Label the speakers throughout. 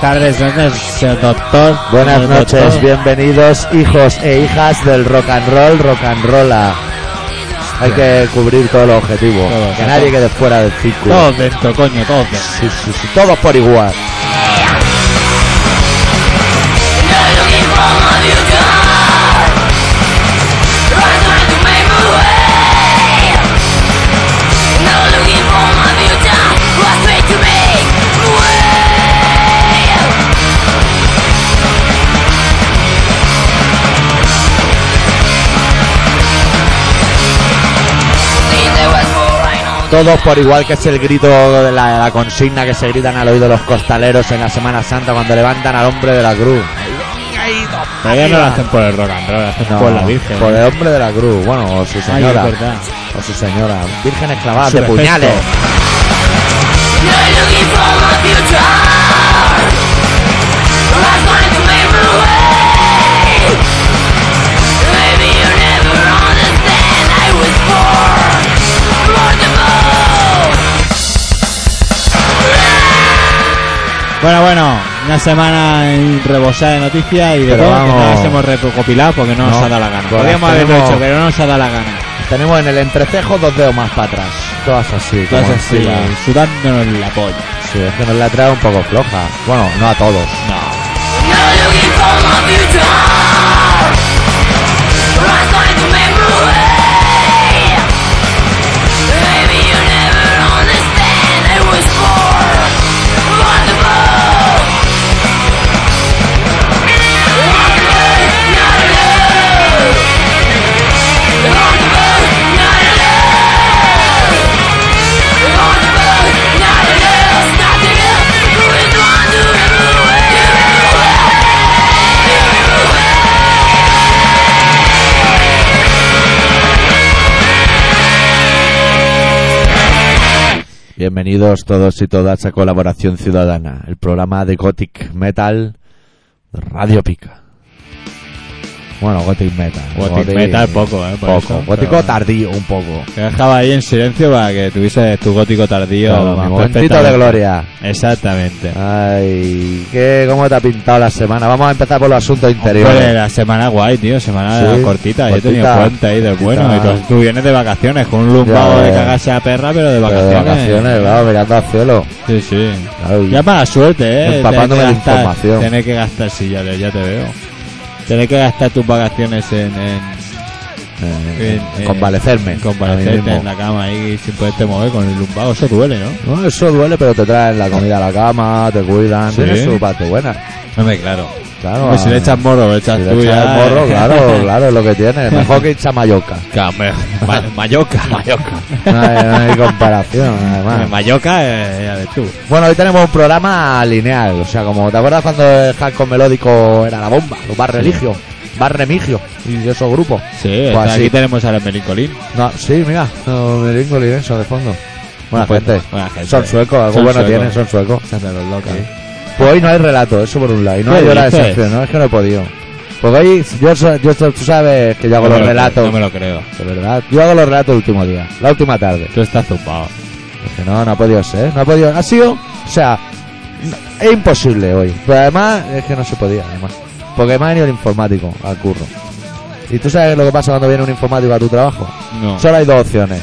Speaker 1: tardes, ¿dónde es doctor?
Speaker 2: Buenas
Speaker 1: Señor doctor.
Speaker 2: noches, bienvenidos hijos e hijas del rock and roll, rock and rolla. Hay que cubrir todo el objetivo,
Speaker 1: Todo,
Speaker 2: que
Speaker 1: todo.
Speaker 2: nadie quede fuera del círculo.
Speaker 1: Todos dentro, coño, todos dentro.
Speaker 2: Sí, sí, sí, todos por igual. Todos por igual que es el grito de la, la consigna que se gritan al oído los costaleros en la Semana Santa cuando levantan al hombre de la cruz.
Speaker 1: Todavía no lo hacen por el rock and roll, lo hacen
Speaker 2: No,
Speaker 1: por Pues la Virgen. ¿eh?
Speaker 2: Por el hombre de la cruz, bueno, o su
Speaker 1: Ay, es
Speaker 2: señora.
Speaker 1: verdad.
Speaker 2: o su señora. Virgen exclamada
Speaker 1: Su
Speaker 2: de
Speaker 1: defecto.
Speaker 2: puñales.
Speaker 1: Bueno, bueno, una semana en rebosada de noticias y de
Speaker 2: Pero
Speaker 1: todo, que
Speaker 2: vamos.
Speaker 1: no las hemos recopilado porque no, nos
Speaker 2: No,
Speaker 1: ha dado la gana.
Speaker 2: pues
Speaker 1: Podríamos haberlo
Speaker 2: tenemos-
Speaker 1: hecho, pero no nos ha dado la gana.
Speaker 2: Tenemos en el entrecejo dos dedos más para atrás. Todas así, como
Speaker 1: Entonces, sí,
Speaker 2: encima.
Speaker 1: sudándonos la polla.
Speaker 2: Sí, es que nos la trae un poco floja. Bueno, no a todos.
Speaker 1: No.
Speaker 2: Bienvenidos todos y todas a Colaboración Ciudadana, el programa de Gothic Metal de Radio Pica. Bueno, Gothic Metal.
Speaker 1: Gothic metal poco, eh. por
Speaker 2: poco.
Speaker 1: eso,
Speaker 2: gótico
Speaker 1: pero-
Speaker 2: tardío, un poco.
Speaker 1: Te dejaba ahí en silencio para que tuviese tu gótico tardío.
Speaker 2: Claro, mi
Speaker 1: más
Speaker 2: momentito de
Speaker 1: perfectamente.
Speaker 2: gloria.
Speaker 1: Exactamente.
Speaker 2: Ay, ¿qué, ¿cómo te ha pintado la semana? Vamos a empezar por los asuntos
Speaker 1: Hombre,
Speaker 2: interiores.
Speaker 1: la semana guay, tío, semana
Speaker 2: Sí,
Speaker 1: cortita. Yo he tenido
Speaker 2: cortita,
Speaker 1: puente ahí del
Speaker 2: cortita.
Speaker 1: bueno. Y tú, tú vienes de vacaciones con un lumbago
Speaker 2: Ya,
Speaker 1: de
Speaker 2: ya.
Speaker 1: cagarse a perra, pero de
Speaker 2: Pero
Speaker 1: vacaciones.
Speaker 2: de vacaciones, claro, mirando al cielo.
Speaker 1: Sí, sí.
Speaker 2: Ay,
Speaker 1: Ya para suerte, eh.
Speaker 2: Empapándome
Speaker 1: tener
Speaker 2: de
Speaker 1: que gastar-
Speaker 2: información.
Speaker 1: Tener que gastar, sí, ya, te- ya te veo. Tener que gastar tus vacaciones en. en
Speaker 2: eh,
Speaker 1: en- en-
Speaker 2: convalecerme.
Speaker 1: en
Speaker 2: a mí
Speaker 1: convalecerte
Speaker 2: mismo.
Speaker 1: en la cama ahí sin poderte mover con el lumbago. Eso duele, ¿no?
Speaker 2: No, eso duele, pero te traen la comida a la cama, te cuidan,
Speaker 1: Sí.
Speaker 2: tienes su parte buena.
Speaker 1: Hombre, claro.
Speaker 2: Claro,
Speaker 1: Hombre, si le
Speaker 2: a-
Speaker 1: echas morro, lo
Speaker 2: Ah, si
Speaker 1: echas
Speaker 2: le
Speaker 1: tú
Speaker 2: echas
Speaker 1: ya,
Speaker 2: el morro,
Speaker 1: eh.
Speaker 2: claro, claro, es lo que tiene. Mejor que irse a Mallorca.
Speaker 1: Claro, hombre, Ma- Mayoca.
Speaker 2: No hay, no hay comparación,
Speaker 1: Hombre,
Speaker 2: además.
Speaker 1: Mayoca, eh, ya ves tú.
Speaker 2: Bueno, hoy tenemos un programa lineal. O sea, como te acuerdas cuando el hardcore melódico era la bomba, los bar religio, bar remigio y esos grupos.
Speaker 1: Sí,
Speaker 2: Pues
Speaker 1: está-
Speaker 2: sí.
Speaker 1: aquí tenemos a los Melincolín.
Speaker 2: No, sí, mira, no, me vengo libre, eso de fondo. Buena
Speaker 1: Pues,
Speaker 2: gente.
Speaker 1: buena gente.
Speaker 2: Son suecos, algo
Speaker 1: Son
Speaker 2: bueno
Speaker 1: suecos.
Speaker 2: tienen, son suecos.
Speaker 1: los locos.
Speaker 2: Pues hoy no hay relato, eso por un lado. Y no
Speaker 1: ¿Qué
Speaker 2: hay hora de
Speaker 1: dices?
Speaker 2: sección, no es que no he podido. Porque hoy, yo, so- yo so- tú sabes que yo hago los relatos.
Speaker 1: No me lo creo.
Speaker 2: De verdad, yo hago los relatos el último día, la última tarde.
Speaker 1: Tú estás zumbado.
Speaker 2: Dije, no, no ha podido ser, no ha podido. Ha sido, o sea, no- es imposible hoy. Pero además, es que no se podía, además. Porque me ha venido el informático al curro. Y tú sabes lo que pasa cuando viene un informático a tu trabajo.
Speaker 1: No. Mm.
Speaker 2: Solo hay dos opciones.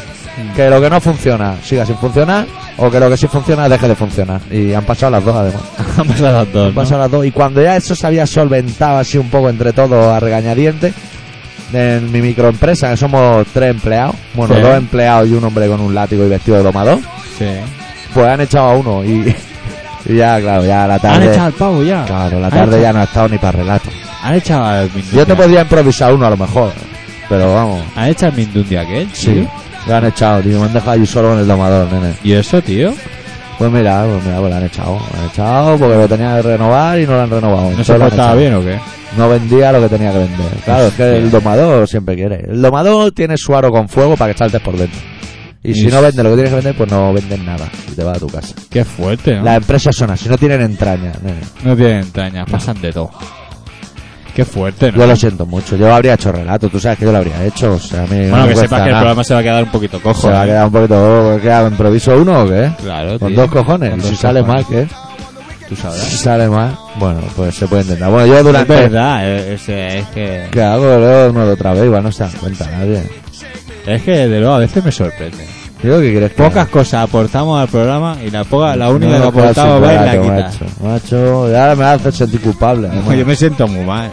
Speaker 2: Que lo que no funciona siga sin funcionar o que lo que sí funciona deje de funcionar. Y han pasado las dos además.
Speaker 1: Han pasado las dos.
Speaker 2: Han pasado Pues las dos. Y cuando ya eso se había solventado así un poco entre todos a regañadientes, en mi microempresa, que somos tres empleados, bueno,
Speaker 1: Sí.
Speaker 2: dos empleados y un hombre con un látigo y vestido de domador,
Speaker 1: ¿no? Sí.
Speaker 2: pues han echado a uno y, y ya, claro, ya la
Speaker 1: Han
Speaker 2: tarde...
Speaker 1: echado al pavo ya.
Speaker 2: Claro, la
Speaker 1: Han
Speaker 2: tarde
Speaker 1: echado-
Speaker 2: ya no ha estado ni para relato.
Speaker 1: Han echado al Mindundi.
Speaker 2: Yo te podría improvisar uno a lo mejor, pero vamos,
Speaker 1: Han echado al Mindundi aquel,
Speaker 2: sí.
Speaker 1: tío.
Speaker 2: Lo han echado, tío, me han dejado allí solo con el domador, nene.
Speaker 1: ¿Y eso, tío?
Speaker 2: Pues mira, pues mira, pues lo han echado. Lo han echado porque lo tenía que renovar y no lo han renovado.
Speaker 1: ¿No
Speaker 2: Entonces
Speaker 1: se
Speaker 2: lo han
Speaker 1: portaba
Speaker 2: echado.
Speaker 1: bien o qué?
Speaker 2: No vendía lo que tenía que vender. Claro, es que el
Speaker 1: Hostia.
Speaker 2: domador siempre quiere. El domador tiene su aro con fuego para que saltes por dentro. Y si
Speaker 1: Y-
Speaker 2: no vende lo que tienes que vender, pues no vendes nada. Y te vas a tu casa.
Speaker 1: Qué fuerte, ¿no?
Speaker 2: Las empresas son así, no tienen entraña. nene.
Speaker 1: No tienen entrañas, pasan de todo. Qué fuerte, ¿no?
Speaker 2: Yo lo siento mucho. Yo habría hecho relato, tú sabes que yo lo habría hecho. O sea, a mí no
Speaker 1: Bueno,
Speaker 2: me
Speaker 1: que
Speaker 2: cuesta
Speaker 1: sepas que el
Speaker 2: nada.
Speaker 1: programa se va a quedar un poquito cojo.
Speaker 2: Se va a
Speaker 1: ¿eh?
Speaker 2: quedar un poquito. ¿Qué hago? ¿Improviso uno o qué?
Speaker 1: Claro,
Speaker 2: Con
Speaker 1: tío.
Speaker 2: dos cojones.
Speaker 1: Con
Speaker 2: Y
Speaker 1: dos
Speaker 2: si sale
Speaker 1: cojones.
Speaker 2: mal, ¿qué?
Speaker 1: tú sabrás.
Speaker 2: Sale más. Bueno, pues se puede intentar. Bueno, yo
Speaker 1: Es
Speaker 2: durante.
Speaker 1: verdad, eh, es, es que.
Speaker 2: Que hago luego uno de otra vez, igual no se dan cuenta nadie.
Speaker 1: Es que de luego a veces me sorprende.
Speaker 2: Digo que quieres que haga?
Speaker 1: Pocas cosas aportamos al programa y la poca, la única
Speaker 2: No,
Speaker 1: que aportamos va es
Speaker 2: claro,
Speaker 1: la quita.
Speaker 2: macho, macho, y ahora me hace sentir culpable.
Speaker 1: No,
Speaker 2: además.
Speaker 1: yo me siento muy mal.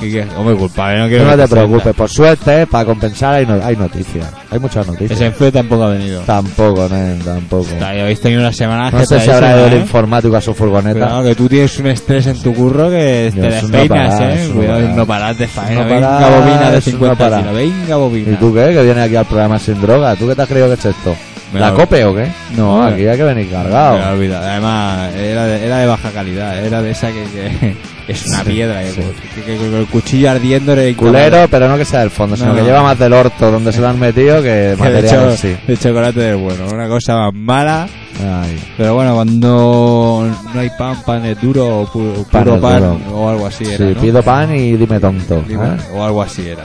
Speaker 1: Y que, hombre, culpable, no
Speaker 2: Tú
Speaker 1: quiero
Speaker 2: no
Speaker 1: que
Speaker 2: te
Speaker 1: sientas.
Speaker 2: preocupes, por suerte, eh, para compensar hay, no- hay noticias. Hay muchas noticias.
Speaker 1: Ese feo tampoco ha venido.
Speaker 2: Tampoco, nen, tampoco.
Speaker 1: Está, ya habéis tenido una semana
Speaker 2: No sé si habrá ido el informático a su furgoneta.
Speaker 1: Claro, ¿eh? que tú tienes un estrés en tu curro que
Speaker 2: Yo,
Speaker 1: te
Speaker 2: es un
Speaker 1: despeinas,
Speaker 2: no parar, es
Speaker 1: ¿eh?
Speaker 2: un
Speaker 1: Cuidado, es
Speaker 2: no
Speaker 1: un
Speaker 2: parar.
Speaker 1: no parar de faena.
Speaker 2: Es un no
Speaker 1: venga,
Speaker 2: parar,
Speaker 1: bobina de
Speaker 2: es un no
Speaker 1: 50
Speaker 2: parar.
Speaker 1: kilos, venga, bobina.
Speaker 2: ¿Y tú qué? Que vienes aquí al programa sin droga. ¿Tú qué te has creído que es esto?
Speaker 1: Me
Speaker 2: ¿La
Speaker 1: la-
Speaker 2: cope o qué?
Speaker 1: No,
Speaker 2: aquí hay que venir
Speaker 1: Me lo he
Speaker 2: cargado.
Speaker 1: olvidado. Además, era de, era de baja calidad, era de esa que, que- que es una
Speaker 2: Sí,
Speaker 1: piedra, que-
Speaker 2: sí.
Speaker 1: que, que- que el cuchillo ardiendo en el
Speaker 2: Culero, pero no que sea del fondo, sino
Speaker 1: No,
Speaker 2: que
Speaker 1: no.
Speaker 2: lleva más del orto donde se lo han metido que
Speaker 1: que de,
Speaker 2: material en
Speaker 1: hecho,
Speaker 2: sí.
Speaker 1: de chocolate del bueno, una cosa más mala,
Speaker 2: Ay.
Speaker 1: pero bueno, cuando no hay pan, pan es duro o pu- puro,
Speaker 2: Pan es
Speaker 1: pan
Speaker 2: duro.
Speaker 1: o algo así era.
Speaker 2: Sí,
Speaker 1: ¿no?
Speaker 2: pido pan y dime tonto. ¿eh?
Speaker 1: O algo así era.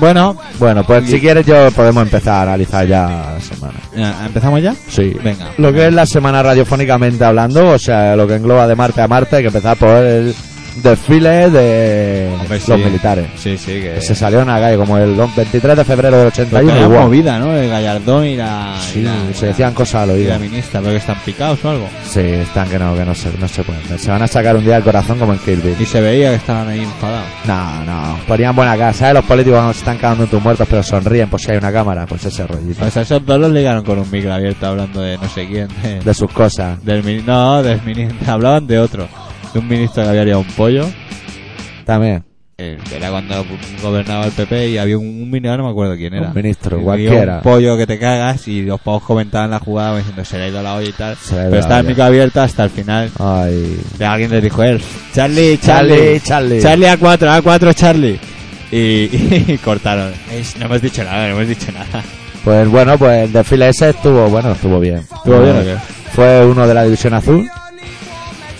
Speaker 1: Bueno,
Speaker 2: Bueno, pues
Speaker 1: Y-
Speaker 2: si quieres yo podemos empezar a analizar ya la semana.
Speaker 1: ya, ¿empezamos ya?
Speaker 2: Sí.
Speaker 1: Venga.
Speaker 2: Lo que es la semana radiofónicamente hablando, o sea, lo que engloba de martes a martes, que empezaba por el desfile de
Speaker 1: Hombre,
Speaker 2: los
Speaker 1: sí. Eh.
Speaker 2: militares.
Speaker 1: Sí, sí, que...
Speaker 2: Que se salió en la calle como el 23 de febrero del
Speaker 1: Porque
Speaker 2: 81.
Speaker 1: era
Speaker 2: igual.
Speaker 1: movida, ¿no? El Gallardón y la... y
Speaker 2: Sí,
Speaker 1: la- y
Speaker 2: se
Speaker 1: la-
Speaker 2: decían cosas al
Speaker 1: Y
Speaker 2: oído.
Speaker 1: la ministra, pero que están picados o algo.
Speaker 2: Sí, están que no, que no se, no se pueden ver. Se van a sacar un día el corazón como en Kirby.
Speaker 1: Y se veía que estaban ahí enfadados.
Speaker 2: No, no. Ponían buena cara. ¿Sabes? Los políticos cuando se están cagando en tus muertos, pero sonríen por si hay una cámara. Pues ese rollito.
Speaker 1: O sea, esos dos los ligaron con un micro abierto hablando de no sé quién. de-
Speaker 2: De sus cosas.
Speaker 1: del mini- no, del ministro. Hablaban de otro. De un ministro que había liado un pollo.
Speaker 2: También.
Speaker 1: eh, que era cuando gobernaba el PP y había un, un ministro, no me acuerdo quién era.
Speaker 2: Un ministro,
Speaker 1: Y lió
Speaker 2: cualquiera.
Speaker 1: Un pollo que te cagas y los pavos comentaban la jugada como diciendo se le ha ido la olla y tal.
Speaker 2: Se le ha ido
Speaker 1: Pero
Speaker 2: la
Speaker 1: estaba el
Speaker 2: olla.
Speaker 1: micro abierto hasta el final.
Speaker 2: Ay.
Speaker 1: De alguien les dijo él. Charlie,
Speaker 2: Charlie,
Speaker 1: Charlie.
Speaker 2: Charlie.
Speaker 1: Charlie A4, A4 Charlie. Y, y cortaron. Es- no hemos dicho nada, no hemos dicho nada.
Speaker 2: Pues bueno, pues el desfile ese estuvo, bueno, estuvo bien.
Speaker 1: ¿Estuvo bien o qué?
Speaker 2: Fue uno de la División Azul,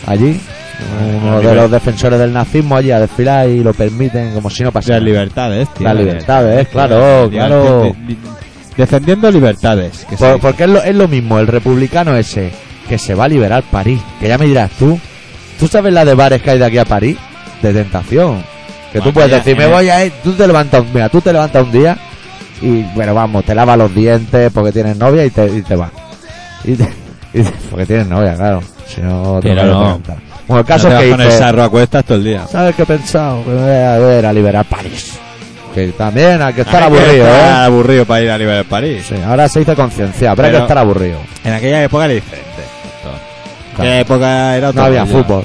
Speaker 2: allí.
Speaker 1: Ah,
Speaker 2: Uno de los defensores del nazismo allí a desfilar y lo permiten como si no pasara.
Speaker 1: Las libertades, tío.
Speaker 2: Las libertades, claro, claro.
Speaker 1: Li- Defendiendo libertades. Que
Speaker 2: Por-
Speaker 1: sí.
Speaker 2: porque es lo, es lo mismo el republicano ese que se va a liberar París. Que ya me dirás tú, ¿tú sabes la de bares que hay de aquí a París? De tentación. Que tú
Speaker 1: Bueno,
Speaker 2: puedes
Speaker 1: ya,
Speaker 2: decir, me
Speaker 1: eh.
Speaker 2: voy a ir, tú te levantas, un- mira, tú te levantas un día y, bueno, vamos, te lavas los dientes porque tienes novia y te, y te vas. Y te- y te- porque tienes novia, claro. Si no, te
Speaker 1: Pero
Speaker 2: puedes
Speaker 1: no.
Speaker 2: levantar. Bueno, el
Speaker 1: No te
Speaker 2: caso es
Speaker 1: vas
Speaker 2: que
Speaker 1: con el
Speaker 2: dices,
Speaker 1: sarro a cuestas todo el día.
Speaker 2: ¿sabes qué he pensado? Que me voy a, voy a ir a liberar París. Que también hay que estar
Speaker 1: Hay que
Speaker 2: aburrido,
Speaker 1: estar
Speaker 2: ¿eh?
Speaker 1: aburrido para ir a liberar París.
Speaker 2: Sí, ahora se dice conciencia, habrá que
Speaker 1: Pero-
Speaker 2: estar aburrido.
Speaker 1: En aquella época era diferente. En
Speaker 2: Claro.
Speaker 1: aquella época era
Speaker 2: No
Speaker 1: otro
Speaker 2: había
Speaker 1: rollo.
Speaker 2: fútbol,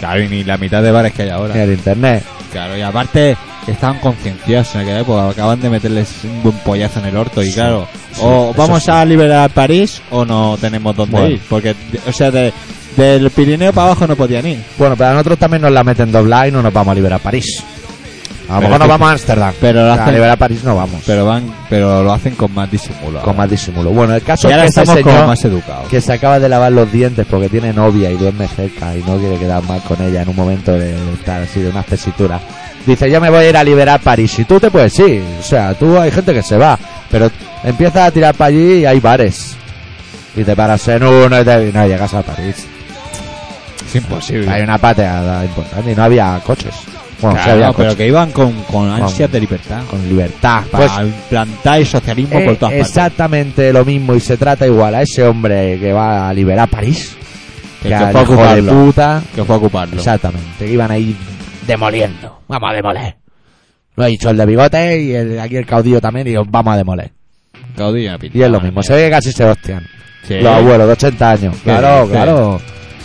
Speaker 1: Claro, y ni la mitad de bares que hay ahora.
Speaker 2: ni el internet.
Speaker 1: Claro, y aparte que estaban concienciosos en aquella época, acaban de meterles un buen pollazo en el orto y claro,
Speaker 2: sí,
Speaker 1: o
Speaker 2: eso
Speaker 1: vamos
Speaker 2: sí.
Speaker 1: a liberar París o no tenemos dónde
Speaker 2: Bueno.
Speaker 1: ir, porque, o sea, de- del Pirineo para abajo no podían ir.
Speaker 2: Bueno, pero a nosotros también nos la meten doblada y no nos vamos a liberar París. A lo
Speaker 1: Pero
Speaker 2: mejor nos
Speaker 1: es que-
Speaker 2: vamos a Ámsterdam.
Speaker 1: pero lo
Speaker 2: a
Speaker 1: hacen-
Speaker 2: liberar París no vamos.
Speaker 1: Pero van, pero lo hacen con más disimulo.
Speaker 2: con
Speaker 1: ahora.
Speaker 2: más disimulo. Bueno, el caso
Speaker 1: y
Speaker 2: es
Speaker 1: ahora
Speaker 2: que este
Speaker 1: estamos como
Speaker 2: señor
Speaker 1: más educados.
Speaker 2: que se acaba de lavar los dientes porque tiene novia y duerme cerca y no quiere quedar mal con ella en un momento de, de estar así, de unas tesituras. Dice, yo me voy a ir a liberar París. Y tú te puedes ir. O sea, tú hay gente que se va. Pero empiezas a tirar para allí y hay bares. Y te paras en uno y, te, y no llegas a París.
Speaker 1: Es imposible.
Speaker 2: Hay una pateada importante y no había coches. Bueno, sí
Speaker 1: Claro,
Speaker 2: había
Speaker 1: pero
Speaker 2: coches.
Speaker 1: que iban con, con ansias de libertad,
Speaker 2: Con libertad. Pues,
Speaker 1: para implantar el socialismo
Speaker 2: eh,
Speaker 1: por todas partes.
Speaker 2: exactamente lo mismo y se trata igual a ese hombre que va a liberar París.
Speaker 1: Que, que
Speaker 2: Que al
Speaker 1: fue a
Speaker 2: hijo de
Speaker 1: ocuparlo.
Speaker 2: puta.
Speaker 1: Que fue a ocuparlo.
Speaker 2: Exactamente, que iban a ir demoliendo. Vamos a demoler. Lo he dicho el de bigote y el, aquí el caudillo también y os vamos a demoler.
Speaker 1: Caudillo, pinta.
Speaker 2: Y es lo mismo, se ve que casi se hostian.
Speaker 1: Sí.
Speaker 2: Los abuelos de 80 años. Claro,
Speaker 1: dices?
Speaker 2: claro.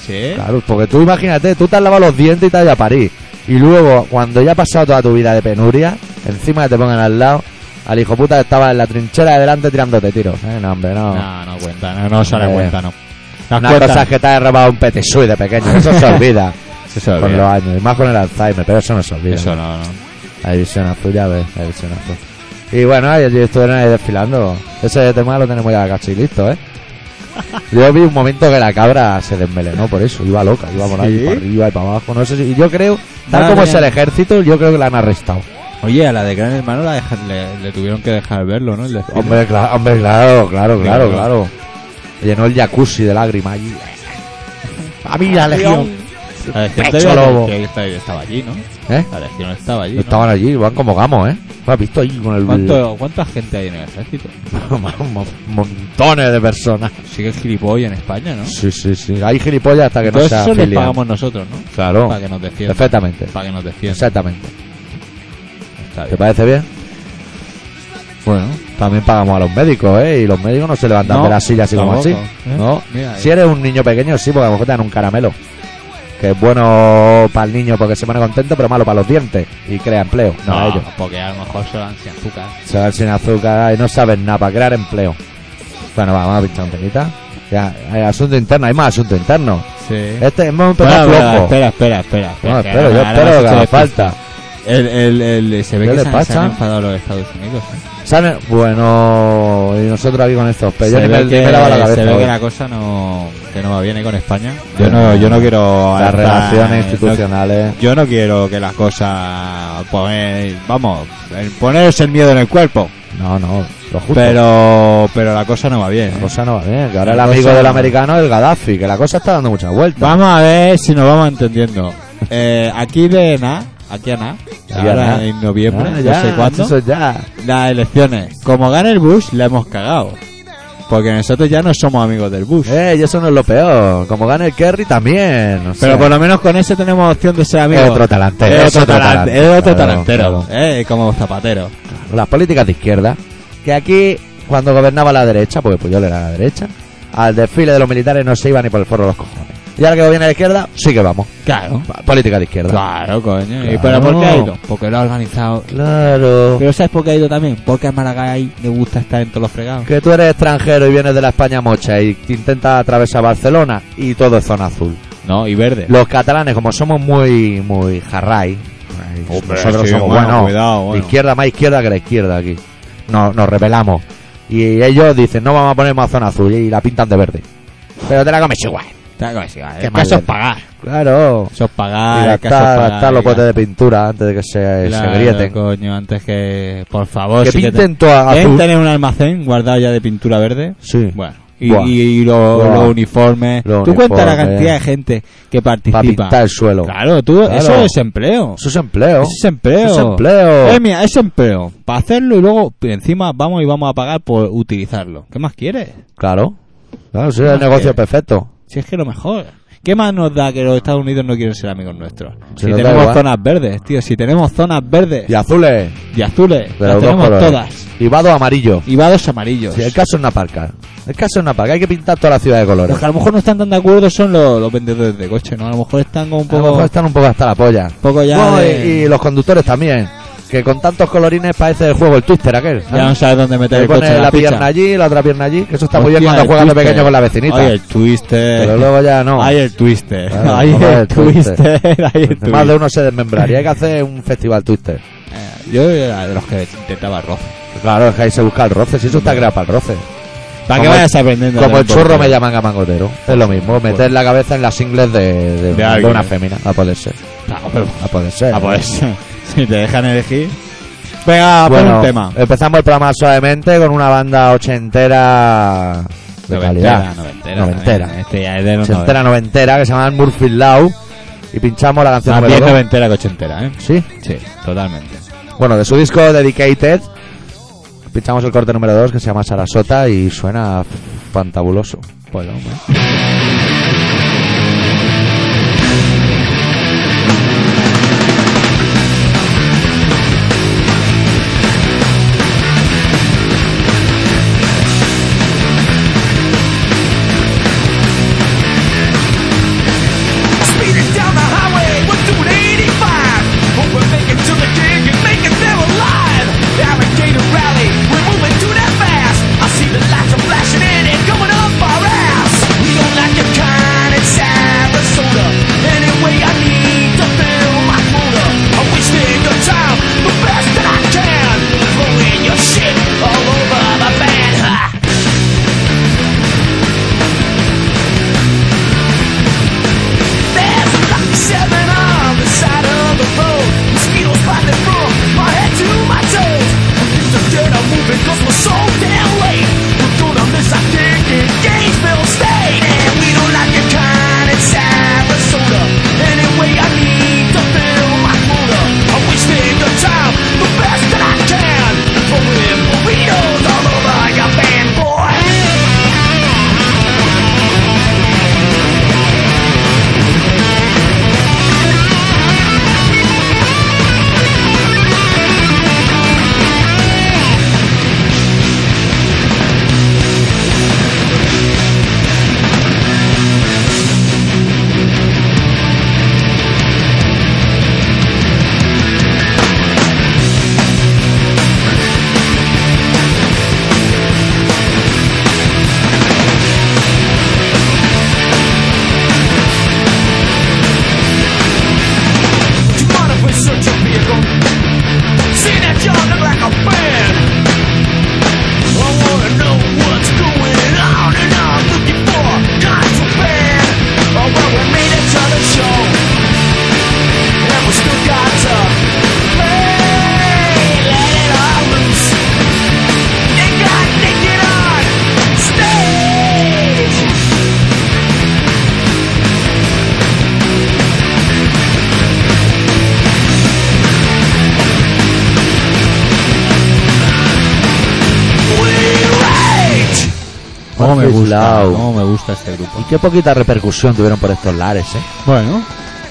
Speaker 1: Sí.
Speaker 2: Claro, porque tú imagínate, tú te has lavado los dientes y te has ido a París. Y luego, cuando ya ha pasado toda tu vida de penuria, encima que te pongan al lado, al hijo puta que estaba en la trinchera de delante tirándote tiros. Eh, no, hombre, no.
Speaker 1: No, no cuenta, no, no sale
Speaker 2: Eh,
Speaker 1: cuenta, no. Las
Speaker 2: Una
Speaker 1: cuentas-
Speaker 2: cosa es que te has robado un petisui de pequeño, eso se olvida
Speaker 1: Sí, se
Speaker 2: con
Speaker 1: olvida.
Speaker 2: los años, y más con el Alzheimer, pero eso no se olvida.
Speaker 1: Eso no, no.
Speaker 2: La división azul, ya ves, la división azul. Y bueno, ellos estuvieron ahí desfilando. Ese tema lo tenemos ya casi listo, ¿eh? Yo vi un momento que la cabra se desmelenó por eso, iba loca, iba por ahí
Speaker 1: ¿Sí?
Speaker 2: para arriba y para abajo, no sé si... Y yo creo, tal
Speaker 1: Madre
Speaker 2: como es el
Speaker 1: mía.
Speaker 2: ejército, yo creo que la han arrestado.
Speaker 1: Oye, a la de Gran Hermano la dejan- le, le tuvieron que dejar verlo, ¿no? El desfile.
Speaker 2: Hombre, claro, hombre, claro, claro, claro,
Speaker 1: Claro.
Speaker 2: claro. Llenó el jacuzzi de lágrimas allí. A mí la legión.
Speaker 1: La legión
Speaker 2: Pecho
Speaker 1: debía-
Speaker 2: lobo.
Speaker 1: que estaba- estaba allí, ¿no?
Speaker 2: ¿Eh?
Speaker 1: La legión estaba allí. ¿no?
Speaker 2: Estaban allí, van como gamos, ¿eh? Lo has visto ahí con el.
Speaker 1: ¿Cuánto, ¿Cuánta gente hay en el ejército?
Speaker 2: Mo- Montones de personas.
Speaker 1: Sí que es gilipollas en España, ¿no?
Speaker 2: Sí, sí, sí. Hay gilipollas hasta que no
Speaker 1: Todo
Speaker 2: se
Speaker 1: eso les
Speaker 2: afilian.
Speaker 1: pagamos nosotros, ¿no?
Speaker 2: Claro.
Speaker 1: Para que nos defiendan.
Speaker 2: Perfectamente.
Speaker 1: Para que nos defiendan.
Speaker 2: Exactamente.
Speaker 1: Está
Speaker 2: ¿Te
Speaker 1: bien.
Speaker 2: parece bien?
Speaker 1: Bueno,
Speaker 2: También pagamos a los médicos, ¿eh? Y los médicos no se levantan
Speaker 1: No,
Speaker 2: de la silla así como así.
Speaker 1: tampoco, ¿eh?
Speaker 2: ¿No?
Speaker 1: Mira,
Speaker 2: Si eres un niño pequeño, sí, porque a lo mejor te dan un caramelo. Que es bueno para el niño porque se pone contento, pero malo para los dientes. Y crea empleo. No, a ellos.
Speaker 1: porque a lo mejor se dan sin azúcar.
Speaker 2: Se van sin azúcar y no saben nada para crear empleo. Bueno, va, vamos a pinchar un temita. Ya, hay asunto interno, hay más asunto interno.
Speaker 1: Sí.
Speaker 2: Este es un tema
Speaker 1: Bueno, bueno,
Speaker 2: flojo.
Speaker 1: espera, espera, espera. espera,
Speaker 2: No,
Speaker 1: que
Speaker 2: espero,
Speaker 1: ahora-
Speaker 2: yo
Speaker 1: ahora
Speaker 2: espero
Speaker 1: vas
Speaker 2: que
Speaker 1: a
Speaker 2: haga
Speaker 1: hacer
Speaker 2: falta.
Speaker 1: El, el, el, se ve
Speaker 2: ¿Qué
Speaker 1: que
Speaker 2: le
Speaker 1: se, han-
Speaker 2: pasa?
Speaker 1: se han enfadado los Estados Unidos. ¿eh?
Speaker 2: ¿Saben? Bueno, y nosotros aquí con estos pero yo
Speaker 1: se
Speaker 2: ni
Speaker 1: ve
Speaker 2: me,
Speaker 1: que,
Speaker 2: ni me lavo la
Speaker 1: se
Speaker 2: cabeza.
Speaker 1: ve que
Speaker 2: hoy.
Speaker 1: la cosa no, que no va bien ¿eh? con España.
Speaker 2: Yo
Speaker 1: Yo
Speaker 2: no-
Speaker 1: no, yo no quiero...
Speaker 2: Las
Speaker 1: alzar-
Speaker 2: relaciones
Speaker 1: no-
Speaker 2: institucionales.
Speaker 1: yo no quiero que las cosas... Poner, vamos, el- ponerse el miedo en el cuerpo.
Speaker 2: No, no, lo justo.
Speaker 1: Pero pero la cosa no va bien.
Speaker 2: la
Speaker 1: ¿eh?
Speaker 2: cosa no va bien. Que ahora el
Speaker 1: La
Speaker 2: amigo
Speaker 1: cosa-
Speaker 2: del americano es el Gaddafi, que la cosa está dando muchas vueltas.
Speaker 1: Vamos a ver si nos vamos entendiendo. Eh, aquí de nada, aquí a nada,
Speaker 2: Ya,
Speaker 1: ahora
Speaker 2: ya.
Speaker 1: en noviembre,
Speaker 2: Ah,
Speaker 1: pues, no sé cuándo,
Speaker 2: eso ya.
Speaker 1: las elecciones. Como gana el Bush, la hemos cagado. Porque nosotros ya no somos amigos del Bush.
Speaker 2: Eh, y eso no es lo peor. Como gane el Kerry también.
Speaker 1: Pero
Speaker 2: o sea,
Speaker 1: por lo menos con ese tenemos opción de ser amigos.
Speaker 2: Es otro talantero,
Speaker 1: Es
Speaker 2: es
Speaker 1: otro,
Speaker 2: otro
Speaker 1: talan-
Speaker 2: talante,
Speaker 1: es otro
Speaker 2: claro,
Speaker 1: talantero. eh, como zapatero.
Speaker 2: las políticas de izquierda, que aquí, cuando gobernaba la derecha, porque Puyol era la derecha, al desfile de los militares no se iba ni por el forro de los cojones. Y ahora que gobierna la izquierda, sí que vamos.
Speaker 1: Claro.
Speaker 2: Pa- Política de izquierda.
Speaker 1: Claro, coño. ¿Y
Speaker 2: Claro.
Speaker 1: pero por qué ha ido? Porque lo ha organizado.
Speaker 2: Claro.
Speaker 1: Pero ¿sabes por qué ha ido también? Porque a Maragall le gusta estar en todos los fregados.
Speaker 2: Que tú eres extranjero y vienes de la España mocha y te intentas atravesar Barcelona y todo es zona azul.
Speaker 1: No, y verde.
Speaker 2: Los catalanes, como somos muy, muy jarray,
Speaker 1: Hombre,
Speaker 2: nosotros
Speaker 1: sí,
Speaker 2: somos
Speaker 1: bueno,
Speaker 2: buenos,
Speaker 1: cuidado, bueno.
Speaker 2: izquierda más izquierda que la izquierda aquí. No, nos rebelamos. Y ellos dicen, no vamos a poner más zona azul y la pintan de verde. Pero te la comes igual.
Speaker 1: Está como si va,
Speaker 2: Qué
Speaker 1: el
Speaker 2: mal
Speaker 1: caso es
Speaker 2: verde.
Speaker 1: pagar.
Speaker 2: Claro.
Speaker 1: Eso es
Speaker 2: y
Speaker 1: pagar, el caso es
Speaker 2: gastar,
Speaker 1: pagar,
Speaker 2: gastar los
Speaker 1: diga.
Speaker 2: botes de pintura antes de que se,
Speaker 1: Claro,
Speaker 2: se grieten.
Speaker 1: coño, antes que... Por favor,
Speaker 2: que
Speaker 1: sí que
Speaker 2: pinten todo
Speaker 1: te- ¿Quieren
Speaker 2: azul.
Speaker 1: tener un almacén guardado ya de pintura verde?
Speaker 2: Sí.
Speaker 1: Bueno. Y,
Speaker 2: Buah.
Speaker 1: y, y lo-
Speaker 2: Buah.
Speaker 1: los uniformes.
Speaker 2: Los
Speaker 1: tú cuentas la
Speaker 2: uniformes.
Speaker 1: cantidad de gente que participa.
Speaker 2: Para pintar el suelo.
Speaker 1: Claro, tú,
Speaker 2: Claro.
Speaker 1: eso es empleo.
Speaker 2: Eso es empleo.
Speaker 1: Eso es empleo.
Speaker 2: Eso es empleo.
Speaker 1: Eh, mira, es empleo. Para hacerlo y luego encima vamos y vamos a pagar por utilizarlo. ¿Qué más quieres?
Speaker 2: Claro. Claro, sí, es
Speaker 1: Ah,
Speaker 2: el negocio
Speaker 1: eh.
Speaker 2: perfecto.
Speaker 1: Si es que lo mejor. ¿Qué más nos da que los Estados Unidos no quieren ser amigos nuestros?
Speaker 2: Se
Speaker 1: si
Speaker 2: nos da
Speaker 1: tenemos
Speaker 2: igual.
Speaker 1: zonas verdes, tío. Si tenemos zonas verdes
Speaker 2: Y azules.
Speaker 1: y azules,
Speaker 2: De
Speaker 1: eh, las
Speaker 2: los dos
Speaker 1: tenemos
Speaker 2: colores.
Speaker 1: todas.
Speaker 2: Y vado amarillo.
Speaker 1: Y vados amarillos.
Speaker 2: Sí, el caso es una parca. El caso es una parca. Hay que pintar toda la ciudad de colores.
Speaker 1: Los que a lo mejor no están tan de acuerdo son los, los vendedores de coches, ¿no? A lo mejor están como un
Speaker 2: A lo
Speaker 1: poco,
Speaker 2: mejor están un poco hasta la polla.
Speaker 1: poco ya.
Speaker 2: No, y,
Speaker 1: de-
Speaker 2: y los conductores también. Que con tantos colorines parece el juego el twister aquel. ¿sabes?
Speaker 1: ya no sabes dónde meter
Speaker 2: Te
Speaker 1: el coche.
Speaker 2: pone
Speaker 1: en
Speaker 2: la
Speaker 1: ficha.
Speaker 2: pierna allí, la otra pierna allí. Que eso está muy
Speaker 1: Hostia,
Speaker 2: bien cuando
Speaker 1: el
Speaker 2: juegas de
Speaker 1: twister. eh,
Speaker 2: pequeño con la vecinita.
Speaker 1: Ay, el twister.
Speaker 2: Pero luego ya no.
Speaker 1: Ay, el twister.
Speaker 2: Claro,
Speaker 1: Ay,
Speaker 2: no, el
Speaker 1: el twister. Ay, el twister.
Speaker 2: Más de uno se desmembraría. Hay que hacer un festival twister.
Speaker 1: Eh, Yo era de los que intentaba roce.
Speaker 2: Claro, es que ahí se busca el roce. Si eso está creado para el roce.
Speaker 1: ¿Para qué
Speaker 2: Como el-
Speaker 1: vayas aprendiendo?
Speaker 2: Como el
Speaker 1: también,
Speaker 2: churro me
Speaker 1: porque-
Speaker 2: llaman gamangotero. Es lo mismo. Meter la cabeza en las ingles de, de- de
Speaker 1: alguien.
Speaker 2: una fémina. A poder ser.
Speaker 1: Claro, pero-
Speaker 2: A poder ser.
Speaker 1: Ah, pues. si te dejan elegir. Venga, pon
Speaker 2: Bueno,
Speaker 1: un tema.
Speaker 2: empezamos el programa suavemente con una banda ochentera de calidad.
Speaker 1: noventera.
Speaker 2: Noventera.
Speaker 1: noventera. Este ya es de los
Speaker 2: Ochentera, noventera, que se llama Murphy Law. Y pinchamos la canción
Speaker 1: Más bien
Speaker 2: número dos.
Speaker 1: noventera que ochentera, ¿eh?
Speaker 2: Sí.
Speaker 1: Sí, totalmente.
Speaker 2: Bueno, de su disco Dedicated, pinchamos el corte número 2 que se llama Sarasota y suena fantabuloso.
Speaker 1: Pues hombre.
Speaker 3: Speeding down the highway, we're doing 85. But we're making to the gig and making them alive. Alligator rally, we're moving too that fast. I see the lights are flashing in and going up our ass. We gonna
Speaker 1: ¿Cómo
Speaker 3: Oh,
Speaker 1: Oh, me
Speaker 2: Office
Speaker 1: gusta?
Speaker 2: Love.
Speaker 1: Pues, ¿Cómo me gusta este grupo?
Speaker 2: Y qué poquita repercusión tuvieron por estos lares, ¿eh?
Speaker 1: Bueno,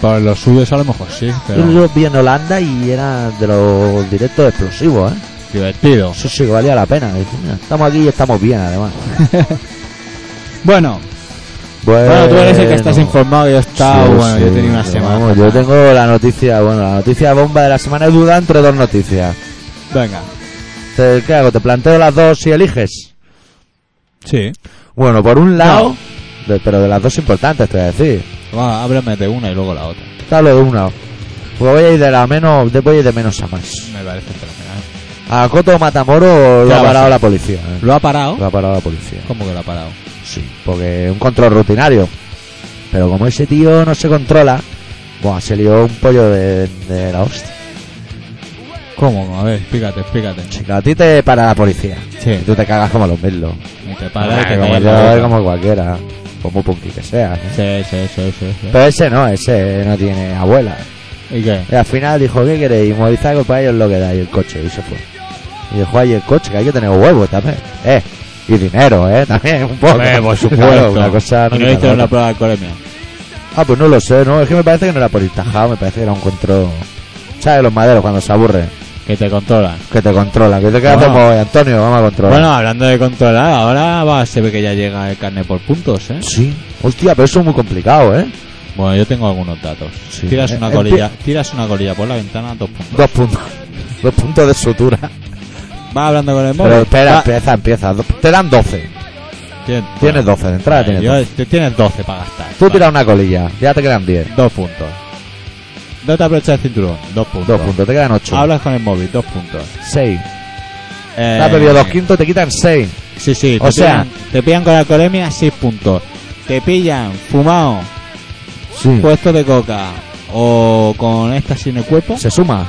Speaker 1: para los subes a lo mejor sí,
Speaker 2: Yo
Speaker 1: pero
Speaker 2: los vi en Holanda y era de los directos explosivos, ¿eh?
Speaker 1: divertido.
Speaker 2: Eso sí que valía la pena. Dices, "Mira, estamos aquí y estamos bien, además.
Speaker 1: Bueno, bueno, tú eres el que estás
Speaker 2: Bueno.
Speaker 1: informado, yo he estado,
Speaker 2: Sí,
Speaker 1: bueno, yo he
Speaker 2: sí,
Speaker 1: tenido una
Speaker 2: vamos,
Speaker 1: semana.
Speaker 2: yo tengo la noticia, bueno, la noticia bomba de la semana es duda entre dos noticias.
Speaker 1: Venga,
Speaker 2: Te- ¿Qué hago? ¿Te planteo las dos y eliges?
Speaker 1: sí.
Speaker 2: Bueno, por un lado, de- pero de las dos importantes, te voy a decir.
Speaker 1: Va, háblame de una y luego la otra.
Speaker 2: Te hablo de una. Pues voy a ir de la menos, de- voy a ir de menos a más.
Speaker 1: Me parece fenomenal.
Speaker 2: A Coto Matamoro
Speaker 1: ¿Qué
Speaker 2: lo
Speaker 1: ha
Speaker 2: ha
Speaker 1: pasado?
Speaker 2: parado la policía. ¿eh?
Speaker 1: ¿Lo ha parado?
Speaker 2: Lo ha parado la policía.
Speaker 1: ¿Cómo que lo ha parado?
Speaker 2: Sí, porque es un control rutinario. Pero como ese tío no se controla, bueno, se lió un pollo de, de la hostia.
Speaker 1: ¿Cómo? A ver, explícate, explícate.
Speaker 2: Chica, a ti te para la policía. Y
Speaker 1: Sí,
Speaker 2: tú te cagas como los merlos.
Speaker 1: y te para y
Speaker 2: Ah,
Speaker 1: te
Speaker 2: como,
Speaker 1: cae
Speaker 2: yo,
Speaker 1: la boca.
Speaker 2: como cualquiera. Como punky que sea. ¿eh?
Speaker 1: Sí, sí, sí, sí, sí.
Speaker 2: Pero ese no, ese no tiene abuela.
Speaker 1: ¿Y qué?
Speaker 2: Y al final dijo, ¿qué queréis? Y Movistar algo para ellos lo que da y el coche. Y se fue. Y dijo, ay, el coche, que hay que tener huevos también. Eh, y dinero, eh, también un poco.
Speaker 1: Hombre, por supuesto.
Speaker 2: Claro, una cosa no
Speaker 1: y no
Speaker 2: quita la
Speaker 1: hicieron
Speaker 2: otra.
Speaker 1: la prueba de alcoholemia.
Speaker 2: Ah, pues no lo sé, no, es que me parece que no era por ir tajado, me parece que era un control. ¿Sabes los maderos cuando se aburren?
Speaker 1: Que te controlan.
Speaker 2: Que te controlan, que te quedas
Speaker 1: Bueno.
Speaker 2: como, "Oye, Antonio, vamos a controlar.
Speaker 1: Bueno, hablando de controlar, ahora va, se ve que ya llega el carne por puntos, ¿eh?
Speaker 2: Sí. Hostia, pero eso es muy complicado, ¿eh?
Speaker 1: Bueno, yo tengo algunos datos.
Speaker 2: Sí.
Speaker 1: Tiras
Speaker 2: Eh,
Speaker 1: una
Speaker 2: eh,
Speaker 1: colilla, tiras una colilla por la ventana, dos puntos.
Speaker 2: Dos puntos. Dos puntos de sutura.
Speaker 1: Va hablando con el móvil.
Speaker 2: Pero espera,
Speaker 1: Va-
Speaker 2: empieza, empieza. Do- Te dan 12.
Speaker 1: Tien-
Speaker 2: Tienes
Speaker 1: bueno,
Speaker 2: 12 de entrada, tienes
Speaker 1: yo-
Speaker 2: 12.
Speaker 1: te- tienes 12 para gastar.
Speaker 2: Tú
Speaker 1: Vale.
Speaker 2: tiras una colilla, ya te quedan 10.
Speaker 1: Dos puntos. No te aprovechas el cinturón, dos puntos.
Speaker 2: Dos puntos, te quedan 8.
Speaker 1: Hablas con el móvil, dos puntos.
Speaker 2: 6.
Speaker 1: Eh,
Speaker 2: Te has bebido dos quintos, te quitan 6.
Speaker 1: Sí, sí.
Speaker 2: O
Speaker 1: te
Speaker 2: sea-
Speaker 1: pillan- te pillan con alcoholemia, seis puntos. Te pillan fumado,
Speaker 2: Sí.
Speaker 1: puesto de coca o con éxtasis en el cuerpo.
Speaker 2: Se suma.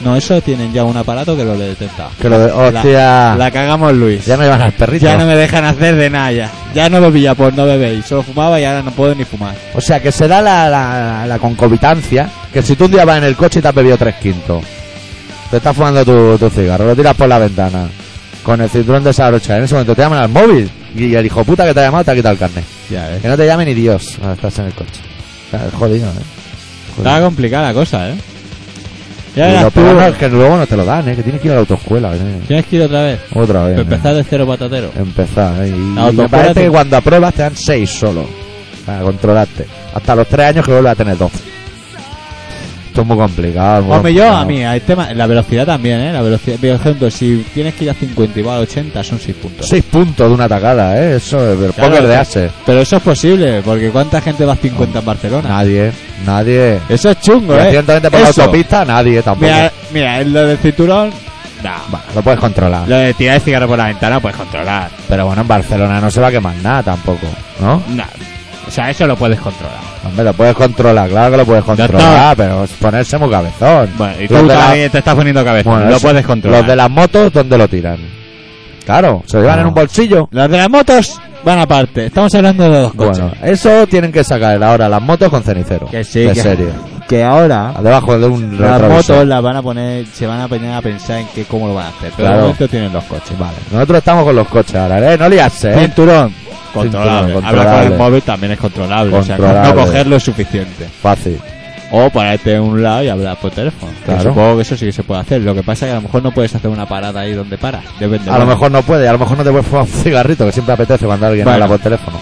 Speaker 1: No, eso tienen ya un aparato que lo detecta.
Speaker 2: Que lo de. Hostia.
Speaker 1: La cagamos, Luis.
Speaker 2: Ah. Ya no llevan al perrito.
Speaker 1: Ya no me dejan hacer de nada ya. Ya no bebía por no beber. y Solo fumaba y ahora no puedo ni fumar.
Speaker 2: O sea, que se da la, la, la concobitancia. Que si tú un día vas en el coche y te has bebido tres quintos, te estás fumando tu, tu cigarro, lo tiras por la ventana, con el cinturón desabrochado, en ese momento te llaman al móvil y el hijo puta que te ha llamado te ha quitado el carnet.
Speaker 1: Ya ves.
Speaker 2: Que no te llame ni Dios cuando estás en el coche. Está jodido, ¿eh?
Speaker 1: Estaba complicada la cosa, ¿eh? Ya
Speaker 2: Y lo
Speaker 1: verás tú.
Speaker 2: peor no es que luego no te lo dan, ¿eh? Que tienes que ir a la autoescuela, ¿eh?
Speaker 1: Tienes que ir otra vez.
Speaker 2: Otra vez.
Speaker 1: Para
Speaker 2: ¿eh?
Speaker 1: empezar de cero patatero.
Speaker 2: Empezar, ¿eh? Y,
Speaker 1: La
Speaker 2: y me
Speaker 1: autoescuela
Speaker 2: parece
Speaker 1: te-
Speaker 2: que cuando apruebas te dan seis solo. Para controlarte. Hasta los tres años que vuelves a tener dos. Esto es muy complicado. muy
Speaker 1: Hombre, yo
Speaker 2: complicado.
Speaker 1: a mí, el tema, la velocidad también, ¿eh? La velocidad, por ejemplo, si tienes que ir a 50 y vas a 80, son 6 puntos.
Speaker 2: Seis puntos de una tacada, ¿eh? Eso es el
Speaker 1: Claro,
Speaker 2: póker de
Speaker 1: claro.
Speaker 2: ases.
Speaker 1: Pero eso es posible, porque ¿cuánta gente va a 50 en Barcelona?
Speaker 2: Nadie, nadie.
Speaker 1: Eso es chungo,
Speaker 2: Y
Speaker 1: ¿eh?
Speaker 2: accidentalmente por
Speaker 1: Eso.
Speaker 2: la autopista, nadie tampoco.
Speaker 1: Mira, eh. mira, en lo del cinturón, nah.
Speaker 2: Bueno, lo puedes controlar.
Speaker 1: Lo de tirar el cigarro por la ventana puedes controlar.
Speaker 2: Pero bueno, en Barcelona no se va a quemar nada tampoco, ¿no?
Speaker 1: Nah. O sea, eso lo puedes controlar.
Speaker 2: Hombre, lo puedes controlar, claro que lo puedes controlar, pero ponerse muy cabezón.
Speaker 1: Bueno, y
Speaker 2: Los
Speaker 1: tú
Speaker 2: de la-
Speaker 1: también te estás poniendo cabeza.
Speaker 2: Bueno,
Speaker 1: lo
Speaker 2: eso-
Speaker 1: puedes controlar.
Speaker 2: Los de las motos, ¿dónde lo tiran? Claro, se lo llevan
Speaker 1: Ah.
Speaker 2: en un bolsillo.
Speaker 1: Los de las motos van aparte. Estamos hablando de los coches.
Speaker 2: Bueno, eso tienen que sacar ahora las motos con cenicero.
Speaker 1: que sí,
Speaker 2: de
Speaker 1: que,
Speaker 2: serie.
Speaker 1: que ahora
Speaker 2: Debajo de un
Speaker 1: Las
Speaker 2: retrovisor.
Speaker 1: motos las van a poner, se van a poner a pensar en que cómo lo van a hacer. Pero
Speaker 2: Claro.
Speaker 1: de momento tienen los coches, vale.
Speaker 2: Nosotros estamos con los coches ahora, ¿eh? No liarse, ¿eh?
Speaker 1: Cinturón. Controlable.
Speaker 2: Cinturón,
Speaker 1: Hablar con
Speaker 2: controlable.
Speaker 1: el móvil también es controlable. O sea,
Speaker 2: Controlable.
Speaker 1: no cogerlo es suficiente.
Speaker 2: Fácil.
Speaker 1: O pararte a un lado y hablar por teléfono. Que
Speaker 2: Claro.
Speaker 1: Supongo que eso sí que se puede hacer. Lo que pasa es que a lo mejor no puedes hacer una parada ahí donde paras. Depende.
Speaker 2: A lo mejor no puede, a lo mejor no te puedes fumar un cigarrito, que siempre apetece cuando alguien
Speaker 1: Bueno.
Speaker 2: habla por teléfono.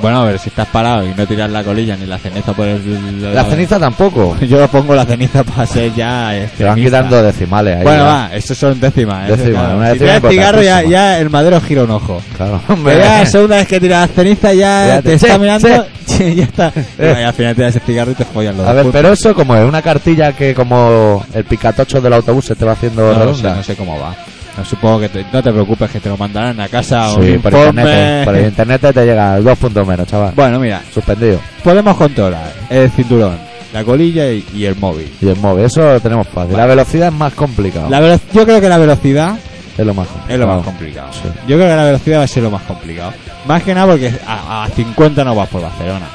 Speaker 1: Bueno, a ver, si estás parado y no tiras la colilla ni la ceniza por el...
Speaker 2: La ceniza tampoco.
Speaker 1: Yo pongo la ceniza para ser ya...
Speaker 2: Te van
Speaker 1: extremista.
Speaker 2: quitando decimales este, ahí.
Speaker 1: Bueno,
Speaker 2: ¿eh?
Speaker 1: va, eso son décimas. ¿eh?
Speaker 2: Décimas,
Speaker 1: Claro.
Speaker 2: una
Speaker 1: si
Speaker 2: décima
Speaker 1: tiras cigarro ya,
Speaker 2: importantísima.
Speaker 1: ya el madero gira un ojo.
Speaker 2: Claro,
Speaker 1: Pero
Speaker 2: hombre.
Speaker 1: ya la segunda vez que tiras ceniza ya
Speaker 2: Ya
Speaker 1: te
Speaker 2: te-
Speaker 1: está
Speaker 2: che,
Speaker 1: mirando y ya está.
Speaker 2: Eh.
Speaker 1: Y al final te das el cigarro y te follan los
Speaker 2: A ver,
Speaker 1: dos
Speaker 2: pero eso como es una cartilla que como el picatocho del autobús se te va haciendo
Speaker 1: puntos. no, lo sé,
Speaker 2: redonda.
Speaker 1: no sé cómo va. No, supongo que te- no te preocupes que te lo mandarán a casa o un
Speaker 2: Sí, por internet,
Speaker 1: Ah,
Speaker 2: eh,
Speaker 1: informe.
Speaker 2: por internet te llega dos puntos menos, chaval.
Speaker 1: Bueno, mira,
Speaker 2: Suspendido.
Speaker 1: podemos controlar el cinturón, la colilla y, y el móvil.
Speaker 2: Y el móvil, eso lo tenemos fácil. La velocidad es más complicado.
Speaker 1: La velo- yo creo que la velocidad
Speaker 2: Es lo más complicado.
Speaker 1: es lo más complicado.
Speaker 2: Sí.
Speaker 1: Yo creo que la velocidad va a ser lo más complicado. Más que nada porque a, a 50 no vas por Barcelona.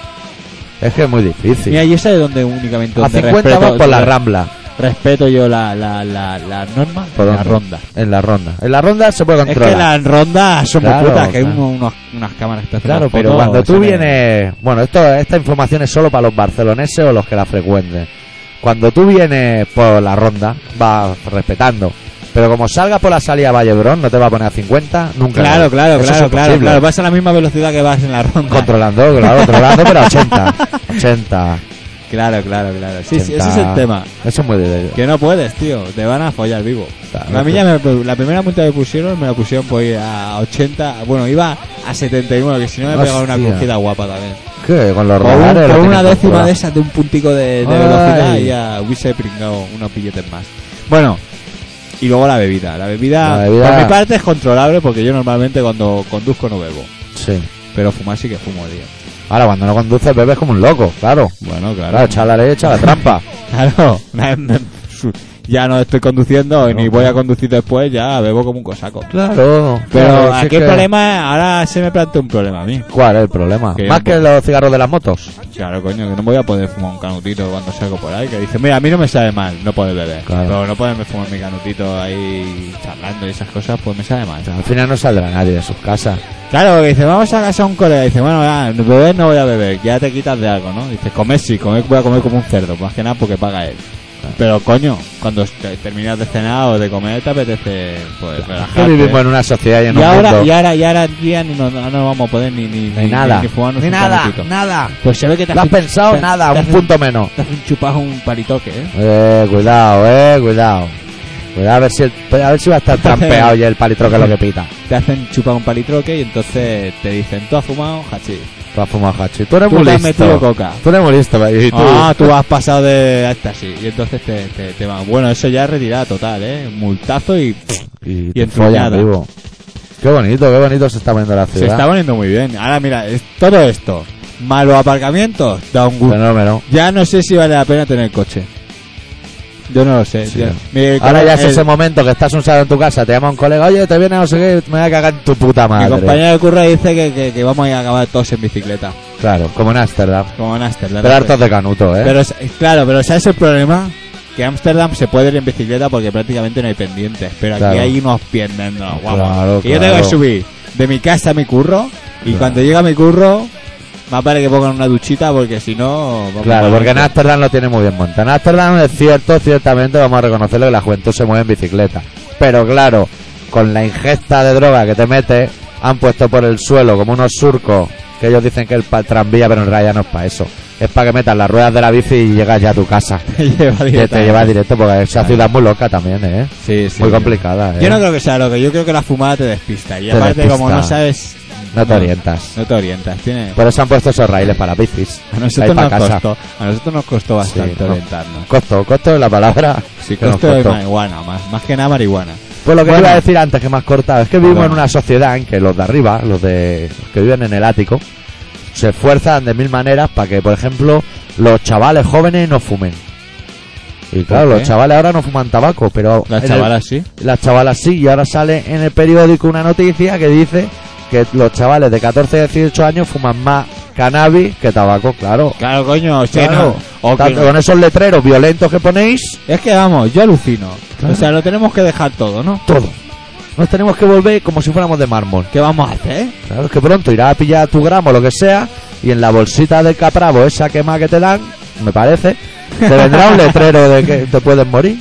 Speaker 2: Es que es muy difícil.
Speaker 1: Mira, y esa es donde únicamente
Speaker 2: a
Speaker 1: donde
Speaker 2: 50
Speaker 1: respeto-
Speaker 2: vamos por la
Speaker 1: donde-
Speaker 2: rambla.
Speaker 1: respeto yo la, la, la, la norma de
Speaker 2: ¿Por
Speaker 1: la
Speaker 2: dónde?
Speaker 1: ronda.
Speaker 2: En la ronda. En la ronda se puede
Speaker 1: Es
Speaker 2: controlar.
Speaker 1: que las rondas son muy
Speaker 2: Claro,
Speaker 1: putas, que hay
Speaker 2: claro.
Speaker 1: uno- unos- unas cámaras que te hacen
Speaker 2: Claro,
Speaker 1: las
Speaker 2: pero
Speaker 1: fotos,
Speaker 2: cuando tú
Speaker 1: eso me-
Speaker 2: vienes... Bueno, esto, esta información es solo para los barceloneses o los que la frecuenten. Cuando tú vienes por la ronda, vas respetando. Pero como salgas por la salida Vallebrón, no te va a poner a 50, nunca.
Speaker 1: Claro, claro,
Speaker 2: Eso
Speaker 1: claro,
Speaker 2: es
Speaker 1: claro,
Speaker 2: imposible.
Speaker 1: claro. Vas a la misma velocidad que vas en la ronda.
Speaker 2: Controlando, claro, controlando, pero a 80. 80.
Speaker 1: Claro, claro, claro. Sí, sí,
Speaker 2: 80.
Speaker 1: ese es el tema.
Speaker 2: Eso es muy de...
Speaker 1: Que no puedes, tío. Te van a follar vivo.
Speaker 2: Claro.
Speaker 1: a mí ya me- la primera multa que pusieron me la pusieron por ir a 80. Bueno, iba a 79, que si no me pegaba una
Speaker 2: Hostia.
Speaker 1: crujida guapa también.
Speaker 2: ¿Qué? Con los
Speaker 1: Por, un-
Speaker 2: radares...
Speaker 1: por
Speaker 2: lo
Speaker 1: una
Speaker 2: tienes
Speaker 1: décima
Speaker 2: controlado.
Speaker 1: de esas de un puntico de, de
Speaker 2: Ay.
Speaker 1: velocidad y ya hubiese pringado unos billetes más. Bueno, y luego la bebida. La bebida,
Speaker 2: La bebida-
Speaker 1: por mi parte, es controlable porque yo normalmente cuando conduzco no bebo.
Speaker 2: Sí.
Speaker 1: Pero fumar sí que fumo, tío.
Speaker 2: Ahora, cuando no conduces, bebes como un loco, claro.
Speaker 1: Bueno,
Speaker 2: Claro, echa la ley, echa la trampa.
Speaker 1: Claro, una vez me- su- ya no estoy conduciendo y ni
Speaker 2: No.
Speaker 1: voy a conducir después, ya bebo como un cosaco.
Speaker 2: Claro.
Speaker 1: Pero
Speaker 2: claro, si
Speaker 1: aquí
Speaker 2: es
Speaker 1: el
Speaker 2: que-
Speaker 1: problema, ahora se me plantea un problema a mí.
Speaker 2: ¿Cuál es el problema?
Speaker 1: Que
Speaker 2: Más
Speaker 1: yo-
Speaker 2: que los cigarros de las motos.
Speaker 1: Claro, coño, que no voy a poder fumar un canutito cuando salgo por ahí. Que dice, mira, a mí no me sabe mal no poder beber.
Speaker 2: Claro.
Speaker 1: Pero no poderme fumar mi canutito ahí charlando y esas cosas, pues me sabe mal.
Speaker 2: O sea, al final no saldrá nadie de sus casas.
Speaker 1: Claro, que dice, vamos a casa a un colega. Dice, bueno, ya, beber no voy a beber, ya te quitas de algo, ¿no? Dice, comer sí, comer voy a comer como un cerdo, más que nada porque paga él. Pero coño, cuando te- terminas de cenar o de comer te apetece pues
Speaker 2: Que
Speaker 1: relajarte.
Speaker 2: vivimos en una sociedad y en
Speaker 1: y
Speaker 2: un
Speaker 1: ahora,
Speaker 2: mundo.
Speaker 1: y ahora, y ahora en día ni nos- no, nos vamos a poder ni, ni,
Speaker 2: Ni nada.
Speaker 1: ni fumarnos
Speaker 2: Ni
Speaker 1: un
Speaker 2: nada,
Speaker 1: canutito.
Speaker 2: nada.
Speaker 1: Pues se ve que te
Speaker 2: ¿Lo has
Speaker 1: un-
Speaker 2: pensado?
Speaker 1: te-
Speaker 2: nada,
Speaker 1: te
Speaker 2: un
Speaker 1: has
Speaker 2: punto menos.
Speaker 1: Te has un chupajo, un paritoque, ¿eh?
Speaker 2: Eh, cuidado, eh, cuidado. Cuidado, a ver si, el- pues a ver si va a estar trampeado ya el palitro que es lo que pita.
Speaker 1: Te hacen chupar un palitroque y entonces te dicen, tú has fumado, hachi.
Speaker 2: Tú has fumado hachi. Tú eres
Speaker 1: Tú
Speaker 2: muy
Speaker 1: te has
Speaker 2: listo.
Speaker 1: metido coca.
Speaker 2: Tú eres muy listo, y tú-
Speaker 1: Ah, tú has pasado de hasta así. Y entonces te, te, te van. Bueno, eso ya es retirada total, ¿eh? Multazo y
Speaker 2: Y,
Speaker 1: y
Speaker 2: te follan
Speaker 1: entruñada.
Speaker 2: vivo. Qué bonito, qué bonito se está poniendo la
Speaker 1: se
Speaker 2: ciudad.
Speaker 1: está poniendo muy bien. Ahora mira, es- todo esto, malos aparcamientos, da un gusto.
Speaker 2: Fenómeno.
Speaker 1: Ya no sé si vale la pena tener coche. Yo no lo sé.
Speaker 2: Sí.
Speaker 1: ya. Mi
Speaker 2: Ahora
Speaker 1: co-
Speaker 2: ya es
Speaker 1: Eh, el-
Speaker 2: ese momento que estás un sábado en tu casa, te llama un colega, oye, te viene no sé qué, me voy a cagar en tu puta
Speaker 1: Mi
Speaker 2: madre.
Speaker 1: compañero de curra dice que, que, que vamos a ir a acabar todos en bicicleta.
Speaker 2: Claro, como en Ámsterdam.
Speaker 1: Como en Ámsterdam.
Speaker 2: Pero hartos de canuto, ¿eh?
Speaker 1: Pero, es- claro, pero ¿sabes el problema? Que Ámsterdam se puede ir en bicicleta porque prácticamente no hay pendientes. Pero aquí
Speaker 2: Claro.
Speaker 1: hay unos piernas, no, guapo.
Speaker 2: Claro,
Speaker 1: que yo
Speaker 2: claro.
Speaker 1: tengo que subir de mi casa a mi curro. Y
Speaker 2: Claro.
Speaker 1: cuando llega mi curro, más vale que pongan una duchita porque si no. vamos
Speaker 2: claro,
Speaker 1: mal.
Speaker 2: porque en Ámsterdam lo tiene muy bien montado. En Ámsterdam es cierto, ciertamente vamos a reconocerlo que la juventud se mueve en bicicleta. Pero claro, con la ingesta de droga que te metes, han puesto por el suelo como unos surcos que ellos dicen que es para el tranvía, pero en realidad no es para eso. Es para que metas las ruedas de la bici y llegas ya a tu casa.
Speaker 1: Te lleva
Speaker 2: Que te
Speaker 1: directamente.
Speaker 2: llevas directo porque esa ciudad es muy loca también, ¿eh?
Speaker 1: Sí, sí.
Speaker 2: Muy complicada, ¿eh?
Speaker 1: Yo no creo que sea lo que yo creo que la fumada te despista. Y
Speaker 2: Te
Speaker 1: aparte, como
Speaker 2: despista.
Speaker 1: no sabes.
Speaker 2: No te orientas.
Speaker 1: No te orientas. Tiene,
Speaker 2: Por eso han puesto esos raíles para bicis.
Speaker 1: a,
Speaker 2: Ahí
Speaker 1: nosotros
Speaker 2: pa'
Speaker 1: nos
Speaker 2: casa.
Speaker 1: costó, a nosotros nos costó bastante
Speaker 2: Sí, no.
Speaker 1: orientarnos.
Speaker 2: Costo, costo es la palabra.
Speaker 1: Sí,
Speaker 2: que nos
Speaker 1: costo de
Speaker 2: costó.
Speaker 1: marihuana, más, más que nada marihuana.
Speaker 2: Pues lo que
Speaker 1: Bueno.
Speaker 2: iba a decir antes, que más cortado, es que vivimos
Speaker 1: Bueno.
Speaker 2: en una sociedad en que los de arriba, los de los que viven en el ático, se esfuerzan de mil maneras para que, por ejemplo, los chavales jóvenes no fumen. Y claro,
Speaker 1: ¿Por
Speaker 2: los
Speaker 1: qué?
Speaker 2: chavales ahora no fuman tabaco, pero
Speaker 1: Las
Speaker 2: en el-
Speaker 1: chavalas sí.
Speaker 2: las chavalas sí, y ahora sale en el periódico una noticia que dice que los chavales de 14 a 18 años fuman más cannabis que tabaco, claro.
Speaker 1: Claro, coño, o sea,
Speaker 2: Claro.
Speaker 1: no. O que
Speaker 2: Tanto
Speaker 1: no.
Speaker 2: con esos letreros violentos que ponéis,
Speaker 1: Es que vamos, yo alucino.
Speaker 2: Claro.
Speaker 1: O sea, lo tenemos que dejar todo, ¿no?
Speaker 2: todo. Nos tenemos que volver como si fuéramos de mármol.
Speaker 1: ¿Qué vamos a hacer?
Speaker 2: Claro, es que pronto irás a pillar tu gramo, lo que sea, y en la bolsita del capravo, esa quema que te dan, me parece, te vendrá un letrero de que te puedes morir.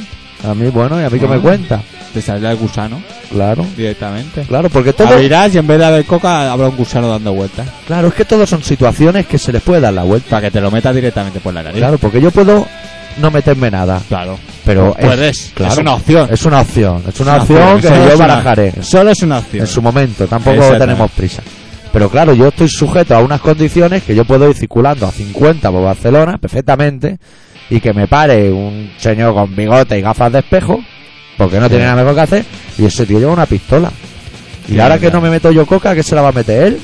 Speaker 2: A mí, bueno, y a mí que me
Speaker 1: Ah.
Speaker 2: cuenta.
Speaker 1: Te saldrá el gusano
Speaker 2: Claro,
Speaker 1: directamente.
Speaker 2: claro, porque todo.
Speaker 1: Abrirás y en vez de haber coca habrá un gusano dando vueltas.
Speaker 2: Claro, es que todo son situaciones que se les puede dar la vuelta.
Speaker 1: Para que te lo metas directamente por la nariz.
Speaker 2: Claro, porque yo puedo no meterme nada,
Speaker 1: Claro.
Speaker 2: pero. es-
Speaker 1: Pues Puedes.
Speaker 2: claro,
Speaker 1: Es una opción.
Speaker 2: Es una opción, es una
Speaker 1: Es
Speaker 2: opción que
Speaker 1: solo es
Speaker 2: yo
Speaker 1: una-
Speaker 2: barajaré.
Speaker 1: Solo es una opción.
Speaker 2: en su momento, tampoco
Speaker 1: Exactamente.
Speaker 2: tenemos prisa. Pero claro, yo estoy sujeto a unas condiciones que yo puedo ir circulando a 50 por Barcelona perfectamente y que me pare un señor con bigote y gafas de espejo, porque no tiene nada mejor que hacer, y ese tío lleva una pistola. Y
Speaker 1: Sí,
Speaker 2: ahora que
Speaker 1: verdad.
Speaker 2: no me meto yo coca, ¿qué se la va a meter él?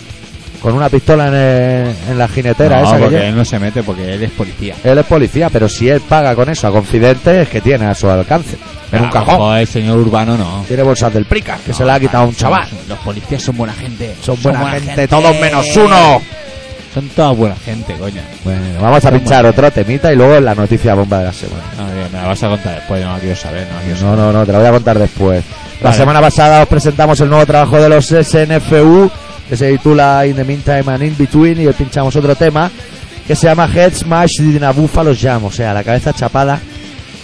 Speaker 2: Con una pistola en, el- en la jinetera
Speaker 1: no,
Speaker 2: esa que
Speaker 1: porque
Speaker 2: lleva.
Speaker 1: él no se mete porque él es policía.
Speaker 2: Él es policía, pero si él paga con eso a confidentes, es que tiene a su alcance. En un
Speaker 1: Claro,
Speaker 2: cajón.
Speaker 1: joder, el señor urbano no.
Speaker 2: Tiene bolsas del prica, que se
Speaker 1: No,
Speaker 2: la ha quitado
Speaker 1: claro,
Speaker 2: un chaval.
Speaker 1: son- Los policías son buena gente.
Speaker 2: Son buena gente, todos menos uno.
Speaker 1: Son todas buena gente, coña.
Speaker 2: Bueno, vamos a pinchar otro temita y luego la noticia bomba de la semana.
Speaker 1: No, tío, me la vas a contar después, no la quiero saber, no la quiero
Speaker 2: No,
Speaker 1: saber.
Speaker 2: no, no, te la voy a contar después. La
Speaker 1: Vale.
Speaker 2: semana pasada os presentamos el nuevo trabajo de los SNFU que se titula In the Meantime and In Between y hoy pinchamos otro tema que se llama Head Smash de una Buffalo Jam, o sea, la cabeza chapada,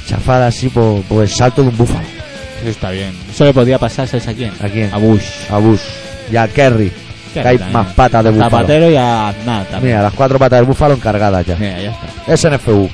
Speaker 2: chafada así por, por el salto de un búfalo.
Speaker 1: Eso está bien. Eso le podía pasar, ¿sabes a quién?
Speaker 2: ¿A quién?
Speaker 1: A Bush.
Speaker 2: A Bush y a Kerry, que hay
Speaker 1: También.
Speaker 2: más patas de búfalo.
Speaker 1: Zapatero y a Aznar también.
Speaker 2: Mira, las cuatro patas del búfalo encargadas ya.
Speaker 1: Mira, ya
Speaker 2: Eh,
Speaker 1: está.
Speaker 2: SNFU.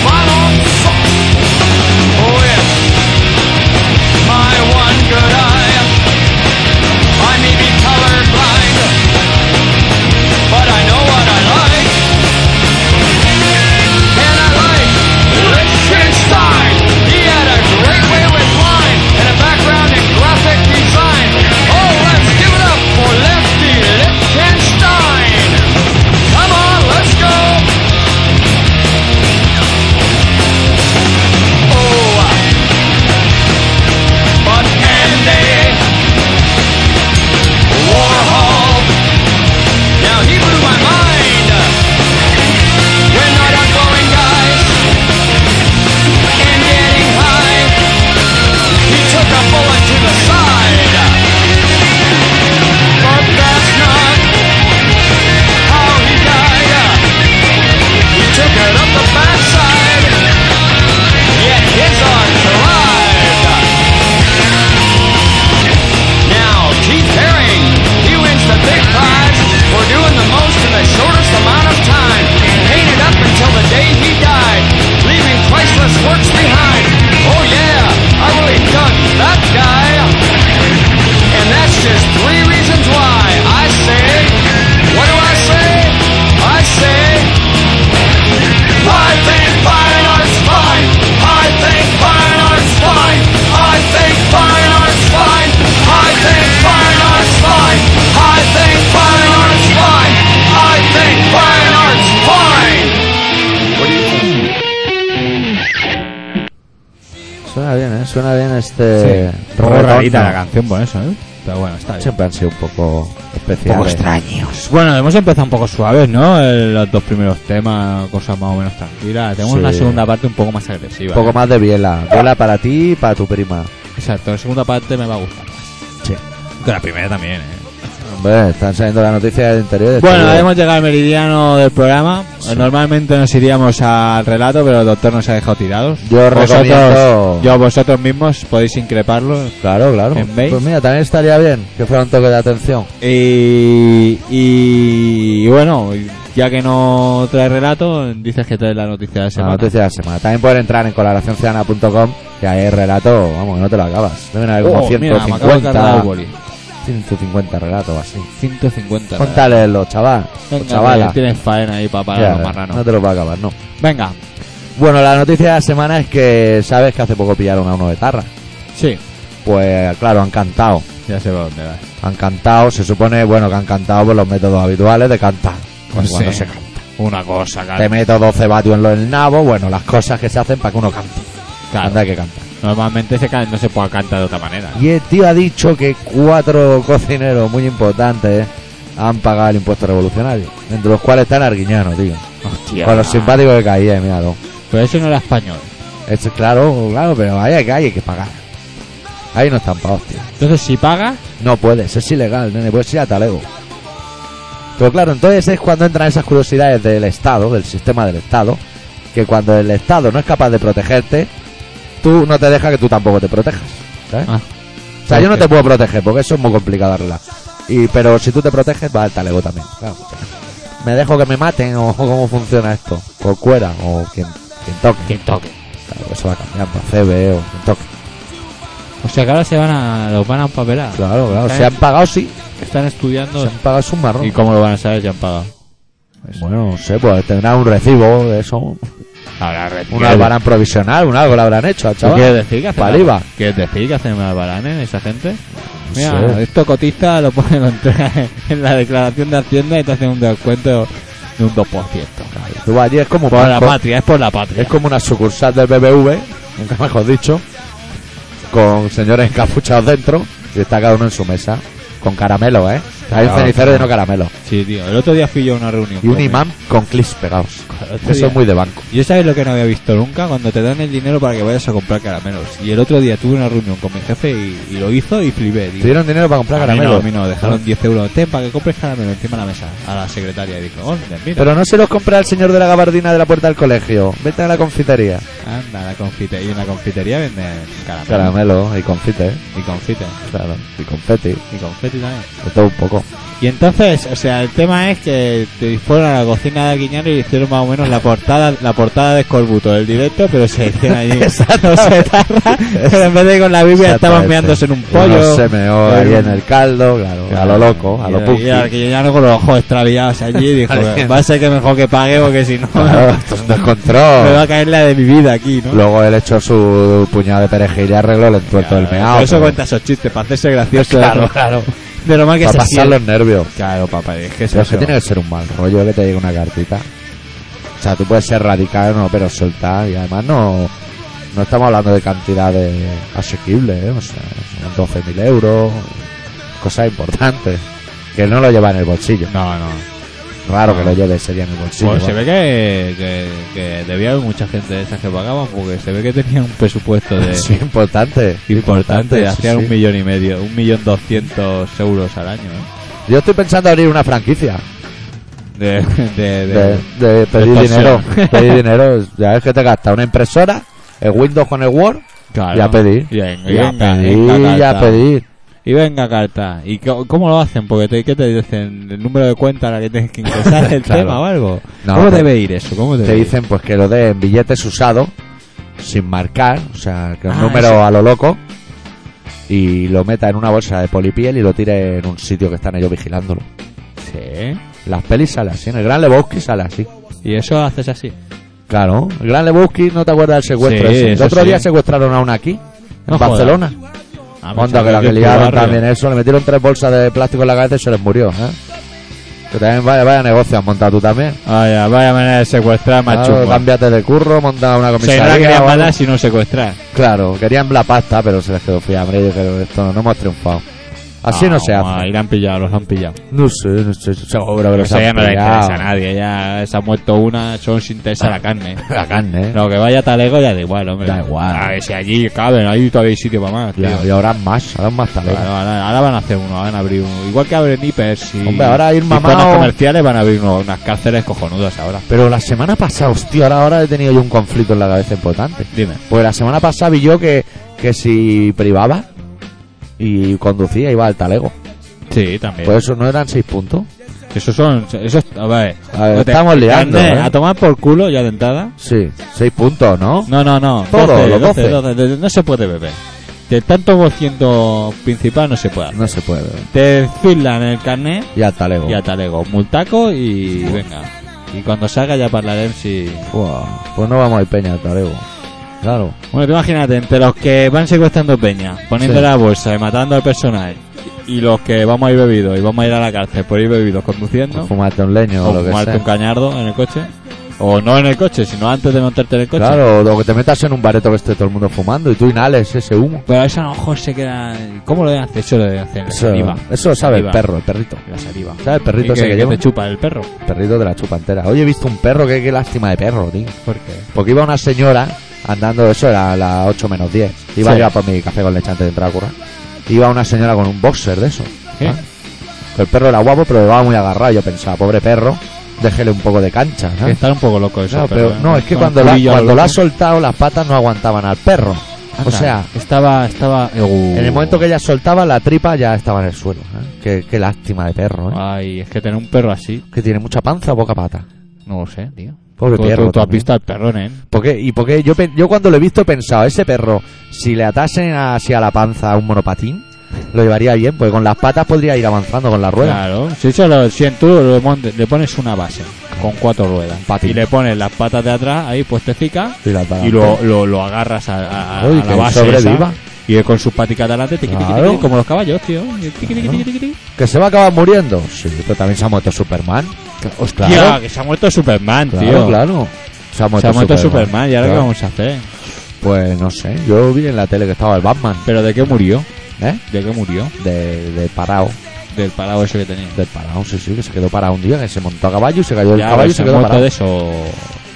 Speaker 3: With my one good eye, I may be colorblind, but I know what I like. And I like Liechtenstein. He had a great way with line and a background in graphic design. Oh, let's give it up for Lefty Liechtenstein. Come on, let's go. Oh, but Andy Warhol. Now he blew my mind. We're not outgoing guys and getting high. He took a bullet to the side, but that's not how he died. He took it up the backside, yet his arms arrived. Now, Keith Haring, he wins the big prize for doing the most in the shortest amount of time. Painted up until the day he died, leaving priceless works behind. Oh yeah, I really dug that guy. And that's just three reasons why I say, what do I say? I say, I think fine art's fine. I think fine art's fine. I think fine art's fine. I think fine art's fine. I think fine art's fine. I think fine art's fine. What do you think?
Speaker 2: Suena bien, ¿eh? Suena bien este...
Speaker 1: Poco
Speaker 2: reggaetón.
Speaker 1: rarita la canción por eso, ¿eh? Pero bueno, está bien.
Speaker 2: Siempre han sido un poco especiales. pues.
Speaker 1: Bueno, hemos empezado un poco suaves, ¿no? El- los dos primeros temas, cosas más o menos tranquilas. Tenemos
Speaker 2: Sí.
Speaker 1: una segunda parte un poco más agresiva.
Speaker 2: Un poco
Speaker 1: ¿eh?
Speaker 2: más de biela. Biela para ti y para tu prima.
Speaker 1: Exacto, la segunda parte me va a gustar más.
Speaker 2: Sí.
Speaker 1: Que la primera también, ¿eh?
Speaker 2: Hombre, están saliendo las noticias del interior. de
Speaker 1: Bueno,
Speaker 2: este
Speaker 1: hemos llegado al meridiano del programa. Normalmente nos iríamos al relato, pero el doctor nos ha dejado tirados.
Speaker 2: Yo recomiendo-
Speaker 1: vosotros, yo vosotros mismos podéis increparlo.
Speaker 2: Claro, claro.
Speaker 1: ¿En base?
Speaker 2: Pues mira, también estaría bien que fuera un toque de atención.
Speaker 1: Y, Eh, y, y bueno, ya que no trae relato, dices que traes la noticia de la
Speaker 2: La
Speaker 1: semana.
Speaker 2: noticia de la semana. También pueden entrar en colaboracionciudadana.com que ahí hay relato, vamos, que no te lo acabas. Deben haber como
Speaker 1: Oh, mira, me acabo de cargar el
Speaker 2: 150,
Speaker 1: boli.
Speaker 2: 150 relatos así.
Speaker 1: 150.
Speaker 2: Contale los chaval,
Speaker 1: Venga,
Speaker 2: los Pues chavala.
Speaker 1: que tienes faena ahí para pagar
Speaker 2: Ya,
Speaker 1: los marranos.
Speaker 2: no te lo va a acabar, no.
Speaker 1: Venga,
Speaker 2: Bueno, la noticia de la semana es que sabes que hace poco pillaron a uno de Tarra.
Speaker 1: sí,
Speaker 2: Pues claro, han cantado.
Speaker 1: ya sé por dónde vas.
Speaker 2: Han cantado, se supone, bueno, que han cantado por los métodos habituales de cantar.
Speaker 1: Pues
Speaker 2: cuando
Speaker 1: sí.
Speaker 2: se canta.
Speaker 1: Una cosa, claro.
Speaker 2: Te meto 12 vatios en los el nabo, bueno, las cosas que se hacen para que uno cante.
Speaker 1: Claro.
Speaker 2: Anda que canta.
Speaker 1: Normalmente se ca- no se puede cantar de otra manera.
Speaker 2: Y el tío ha dicho que cuatro cocineros muy importantes han pagado el impuesto revolucionario, entre los cuales está Arguiñano, tío.
Speaker 1: Hostia.
Speaker 2: Con los simpáticos que caía, míralo.
Speaker 1: Pero eso no era español.
Speaker 2: Esto es claro, claro, pero ahí hay que, hay que pagar. Ahí no están pagados, tío.
Speaker 1: Entonces, si pagas,
Speaker 2: No puedes, es ilegal, nene, pues puedes ir a talego. Pero claro, entonces es cuando entran esas curiosidades del Estado, del sistema del Estado, que cuando el Estado no es capaz de protegerte, tú no te dejas que tú tampoco te protejas. ¿sabes?
Speaker 1: Ah.
Speaker 2: o sea, yo no
Speaker 1: Ok.
Speaker 2: te puedo proteger porque eso es muy complicado arreglar. Y, pero si tú te proteges, va al talego también. claro. Me dejo que me maten o cómo funciona esto. Por cuera o quien, quien toque.
Speaker 1: que toque.
Speaker 2: Claro, eso va cambiando a CB o quien toque.
Speaker 1: O sea, que ahora se van a, los van a empapelar.
Speaker 2: Claro, claro.
Speaker 1: Está
Speaker 2: Se
Speaker 1: bien.
Speaker 2: han pagado, sí.
Speaker 1: Están
Speaker 2: Se
Speaker 1: estudiando.
Speaker 2: han pagado, es un marrón.
Speaker 1: ¿Y cómo lo van a saber si han pagado? Eso.
Speaker 2: Bueno, no sé, pues tendrá un recibo de eso.
Speaker 1: Habrá recibo.
Speaker 2: Un albarán provisional, un algo le habrán hecho al
Speaker 1: ¿Tú
Speaker 2: chaval.
Speaker 1: quieres decir que hacen
Speaker 2: Para el IVA.
Speaker 1: ¿Quieres decir que hacen albaranes esa gente?
Speaker 2: No
Speaker 1: Mira,
Speaker 2: sé.
Speaker 1: esto cotista lo pone contra en la declaración de Hacienda y te hacen un descuento de un 2%.
Speaker 2: Tú vas allí, es como un
Speaker 1: Por la
Speaker 2: banco,
Speaker 1: patria, es por la patria.
Speaker 2: es como una sucursal del BBV, nunca mejor dicho, con señores encapuchados dentro y está cada uno en su mesa, con caramelo, ¿eh? Hay un
Speaker 1: Claro,
Speaker 2: cenicero
Speaker 1: claro.
Speaker 2: lleno de caramelo
Speaker 1: Sí, tío. El otro día fui yo a una reunión.
Speaker 2: y un
Speaker 1: con-
Speaker 2: imán con clips pegados.
Speaker 1: Claro, otro
Speaker 2: Eso
Speaker 1: día.
Speaker 2: es muy de banco.
Speaker 1: Yo sabes lo que no había visto nunca, cuando te dan el dinero para que vayas a comprar caramelos. Y el otro día tuve una reunión con mi jefe y, y lo hizo y flipé.
Speaker 2: ¿Te
Speaker 1: Digo,
Speaker 2: dieron dinero para comprar Ah.
Speaker 1: a mí
Speaker 2: caramelo?
Speaker 1: no, a mí no, dejaron 10 euros. Ten, para que compres caramelo encima de la mesa. A la secretaria y dijo, "Orden, mira.
Speaker 2: Pero no se los compra el señor de la gabardina de la puerta del colegio. Vete a la confitería.
Speaker 1: Anda, la confitería. Y en la confitería venden caramelo.
Speaker 2: Caramelo y confite, ¿eh?
Speaker 1: Y confite.
Speaker 2: Claro. Y confeti.
Speaker 1: Y confeti también.
Speaker 2: De todo un poco.
Speaker 1: Y entonces, o sea, el tema es que te fueron a la cocina de Guiñano y hicieron más o menos la portada la portada de Escorbuto del directo, pero se hicieron allí
Speaker 2: Exacto.
Speaker 1: los etarras, pero en vez de con la Biblia estaban meándose en un pollo.
Speaker 2: Se meó
Speaker 1: en
Speaker 2: ahí
Speaker 1: un-
Speaker 2: en el caldo, claro. A lo loco, a
Speaker 1: Y-
Speaker 2: lo
Speaker 1: Y
Speaker 2: punky.
Speaker 1: el Guiñano con los ojos extraviados allí dijo,
Speaker 2: Alguien-
Speaker 1: va a ser que mejor que pague porque si no
Speaker 2: Claro, esto es un
Speaker 1: me va a
Speaker 2: descontrol.
Speaker 1: caer la de mi vida aquí, ¿no?
Speaker 2: Luego él echó su puñado de perejil y arregló el entuerto del meao.
Speaker 1: Por eso
Speaker 2: pero-
Speaker 1: cuenta esos chistes, para hacerse gracioso.
Speaker 2: Claro, claro.
Speaker 1: De lo mal que
Speaker 2: Para
Speaker 1: se
Speaker 2: pasar
Speaker 1: siente.
Speaker 2: los nervios.
Speaker 1: Claro, papá, es que es
Speaker 2: Pero es que
Speaker 1: eso.
Speaker 2: tiene que ser un mal rollo que te llegue una cartita. O sea, tú puedes ser radical, no, pero soltar. Y además no, no estamos hablando de cantidades asequibles, ¿eh? O sea, son 12.000 euros, cosas importantes. Que él no lo lleva en el bolsillo.
Speaker 1: No, no.
Speaker 2: Raro
Speaker 1: No.
Speaker 2: que lo lleve sería en el bolsillo.
Speaker 1: Pues se
Speaker 2: vamos.
Speaker 1: ve que, que, que debía haber mucha gente de esas que pagaban porque se ve que tenían un presupuesto de
Speaker 2: Sí, importante.
Speaker 1: importante,
Speaker 2: importante, sí,
Speaker 1: hacían
Speaker 2: sí.
Speaker 1: un millón y medio, un millón doscientos euros al año, ¿eh?
Speaker 2: Yo estoy pensando abrir una franquicia.
Speaker 1: De, de, de-
Speaker 2: De, de pedir dinero.
Speaker 1: extorsión.
Speaker 2: pedir dinero. Ya ves que te gasta una impresora, el Windows con el Word.
Speaker 1: Claro.
Speaker 2: y a pedir.
Speaker 1: Y venga,
Speaker 2: Y a
Speaker 1: venga,
Speaker 2: pedir,
Speaker 1: venga,
Speaker 2: y a
Speaker 1: carta.
Speaker 2: pedir.
Speaker 1: Y venga carta. ¿Y co- cómo lo hacen? Porque te, ¿qué te dicen? ¿El número de cuenta a la que tienes que ingresar el
Speaker 2: Claro.
Speaker 1: tema o algo?
Speaker 2: No,
Speaker 1: ¿Cómo
Speaker 2: te-
Speaker 1: debe ir eso? ¿Cómo debe
Speaker 2: te
Speaker 1: ir?
Speaker 2: dicen pues que lo den en billetes usados sin marcar, o sea, que un
Speaker 1: Ah,
Speaker 2: número
Speaker 1: eso.
Speaker 2: a lo loco y lo meta en una bolsa de polipiel y lo tire en un sitio que están ellos vigilándolo.
Speaker 1: Sí.
Speaker 2: Las pelis salen así, en el Gran Lebowski sale así.
Speaker 1: Y eso haces así.
Speaker 2: Claro, el Gran Lebowski no te acuerdas del secuestro.
Speaker 1: Sí,
Speaker 2: ese? El
Speaker 1: eso
Speaker 2: otro
Speaker 1: sí.
Speaker 2: día secuestraron a una aquí, en
Speaker 1: No jodas.
Speaker 2: Barcelona.
Speaker 1: Ah,
Speaker 2: Onda
Speaker 1: pensaba
Speaker 2: que la que
Speaker 1: en tu
Speaker 2: liaron
Speaker 1: barrio.
Speaker 2: también eh. eso, le metieron tres bolsas de plástico en la cabeza y se les murió. ¿eh? Que también vaya, vaya negocio has montado tú también.
Speaker 1: Vaya, Ah, vaya manera de secuestrar
Speaker 2: Claro,
Speaker 1: macho.
Speaker 2: cámbiate de curro, monta una
Speaker 1: Se la
Speaker 2: comisaría.
Speaker 1: querían
Speaker 2: o algo.
Speaker 1: matar si no secuestrar.
Speaker 2: Claro, querían la pasta, pero se les quedó fiambre y dijeron, esto no, no hemos triunfado. Así no se hace.
Speaker 1: Ah, Ahí la han pillado, los han pillado.
Speaker 2: No sé, no sé, seguro que
Speaker 1: Pero
Speaker 2: los
Speaker 1: eso
Speaker 2: han
Speaker 1: ya no le
Speaker 2: pillado.
Speaker 1: interesa a nadie. Ya se ha muerto una, son sin interesa la carne.
Speaker 2: La carne, ¿eh?
Speaker 1: Lo que vaya talego ya da igual, hombre.
Speaker 2: Da igual.
Speaker 1: A ver si allí caben, ahí todavía hay sitio para más. tío.
Speaker 2: Ya, y ahora más, ahora más talento.
Speaker 1: Claro, ahora, ahora van a hacer uno, van a abrir uno. Igual que abren hipers y.
Speaker 2: Hombre, ahora ir
Speaker 1: y zonas
Speaker 2: mamao.
Speaker 1: comerciales van a abrir uno- unas cárceles cojonudas ahora.
Speaker 2: Pero la semana pasada, hostia, ahora, ahora he tenido yo un conflicto en la cabeza importante.
Speaker 1: Dime.
Speaker 2: Pues la semana pasada vi yo que, que si privaba y conducía iba al talego.
Speaker 1: Sí, también.
Speaker 2: Pues eso no eran seis puntos.
Speaker 1: Esos son. Esos, a ver.
Speaker 2: A ver,
Speaker 1: no te-
Speaker 2: estamos liando,
Speaker 1: Andrés,
Speaker 2: ¿eh?
Speaker 1: A tomar por culo ya de entrada.
Speaker 2: Sí, seis puntos, ¿no?
Speaker 1: No, no, no.
Speaker 2: Todo,
Speaker 1: 12,
Speaker 2: los
Speaker 1: 12,
Speaker 2: 12.
Speaker 1: 12, no se puede beber. Del tanto por ciento principal no se puede. hacer.
Speaker 2: No se puede.
Speaker 1: Te filan el carnet
Speaker 2: Y al talego.
Speaker 1: y a talego. Multaco y venga. Y cuando salga ya hablaremos si...
Speaker 2: Buah, pues no vamos a ir peña al talego. Claro.
Speaker 1: Bueno, te imagínate, entre los que van secuestrando peña, poniendo
Speaker 2: Sí.
Speaker 1: la bolsa y matando al personal, y los que vamos a ir bebidos y vamos a ir a la cárcel por ir bebidos conduciendo,
Speaker 2: O pues fumarte un leño o,
Speaker 1: o
Speaker 2: lo que
Speaker 1: fumarte
Speaker 2: sea.
Speaker 1: un cañardo en el coche, o no en el coche, sino antes de montarte en el coche.
Speaker 2: Claro, o lo que te metas en un bareto que esté todo el mundo fumando y tú inhales ese humo.
Speaker 1: Pero eso a lo mejor se queda... ¿Cómo lo deben hacer? Eso lo deben hacer. La
Speaker 2: Eso,
Speaker 1: saliva.
Speaker 2: eso lo sabe el
Speaker 1: Saliva.
Speaker 2: perro, el perrito.
Speaker 1: La saliva.
Speaker 2: ¿Sabes el
Speaker 1: ¿Y
Speaker 2: perrito ese
Speaker 1: qué-
Speaker 2: que
Speaker 1: qué
Speaker 2: lleva?
Speaker 1: te chupa el perro?
Speaker 2: El perrito de la chupa entera. Hoy he visto un perro, que qué lástima de perro, tío.
Speaker 1: ¿Por qué?
Speaker 2: Porque iba una señora andando, eso era a las 8 menos 10. Iba
Speaker 1: Sí.
Speaker 2: yo a por mi café con leche antes de entrar a currar. Iba una señora con un boxer de eso.
Speaker 1: ¿Qué?
Speaker 2: El perro era guapo, pero llevaba muy agarrado. Yo pensaba, pobre perro, déjele un poco de cancha.
Speaker 1: Que
Speaker 2: ¿sabes?
Speaker 1: estar un poco loco eso.
Speaker 2: Claro,
Speaker 1: pero,
Speaker 2: pero ah. no, es que cuando la, cuando la ha soltado, las patas no aguantaban al perro. O sea,
Speaker 1: estaba, estaba. uh,
Speaker 2: En el momento que ella soltaba, la tripa ya estaba en el suelo. ¿eh? Qué, qué lástima de perro, ¿eh?
Speaker 1: Ay, es que tener un perro así,
Speaker 2: Que tiene mucha panza o poca pata.
Speaker 1: no lo sé, tío.
Speaker 2: Pobre
Speaker 1: tú,
Speaker 2: perro.
Speaker 1: tú- tú has
Speaker 2: también.
Speaker 1: visto al perrón, ¿eh?
Speaker 2: ¿Por qué? ¿Y por qué? Yo, pe- yo cuando lo he visto he pensado, ese perro, si le atasen así a la panza un monopatín, lo llevaría bien, porque con las patas podría ir avanzando con la rueda.
Speaker 1: Claro. Si eso lo, si en tú lo mon- le pones una base, con cuatro ruedas.
Speaker 2: patín.
Speaker 1: Y le pones las patas de atrás ahí puestecica
Speaker 2: Y la paga.
Speaker 1: y lo, lo, lo agarras a, a- a
Speaker 2: Uy,
Speaker 1: la
Speaker 2: que
Speaker 1: base.
Speaker 2: sobreviva.
Speaker 1: esa. y él con sus patitas de adelante, tiqui, tiqui, tiqui,
Speaker 2: Claro.
Speaker 1: como los caballos, tío. Y el tiqui, tiqui, tiqui, tiqui, tiqui.
Speaker 2: ¿Que se va a acabar muriendo? Sí, pero también se ha muerto Superman. Hostia,
Speaker 1: Tío, que se ha muerto Superman,
Speaker 2: claro,
Speaker 1: tío.
Speaker 2: claro. Se ha muerto,
Speaker 1: Se ha muerto Superman,
Speaker 2: Superman.
Speaker 1: y ahora
Speaker 2: Claro.
Speaker 1: qué vamos a hacer.
Speaker 2: Pues no sé, yo vi en la tele que estaba el Batman,
Speaker 1: ¿Pero de qué murió?
Speaker 2: ¿eh?
Speaker 1: ¿De qué murió?
Speaker 2: De, de parado.
Speaker 1: Del parado ese que tenía.
Speaker 2: Del parado, sí, sí, que se quedó parado un día, que se montó a caballo y se cayó el
Speaker 1: Ya,
Speaker 2: caballo y
Speaker 1: pues,
Speaker 2: se
Speaker 1: se
Speaker 2: quedó
Speaker 1: muerto
Speaker 2: parado.
Speaker 1: de eso.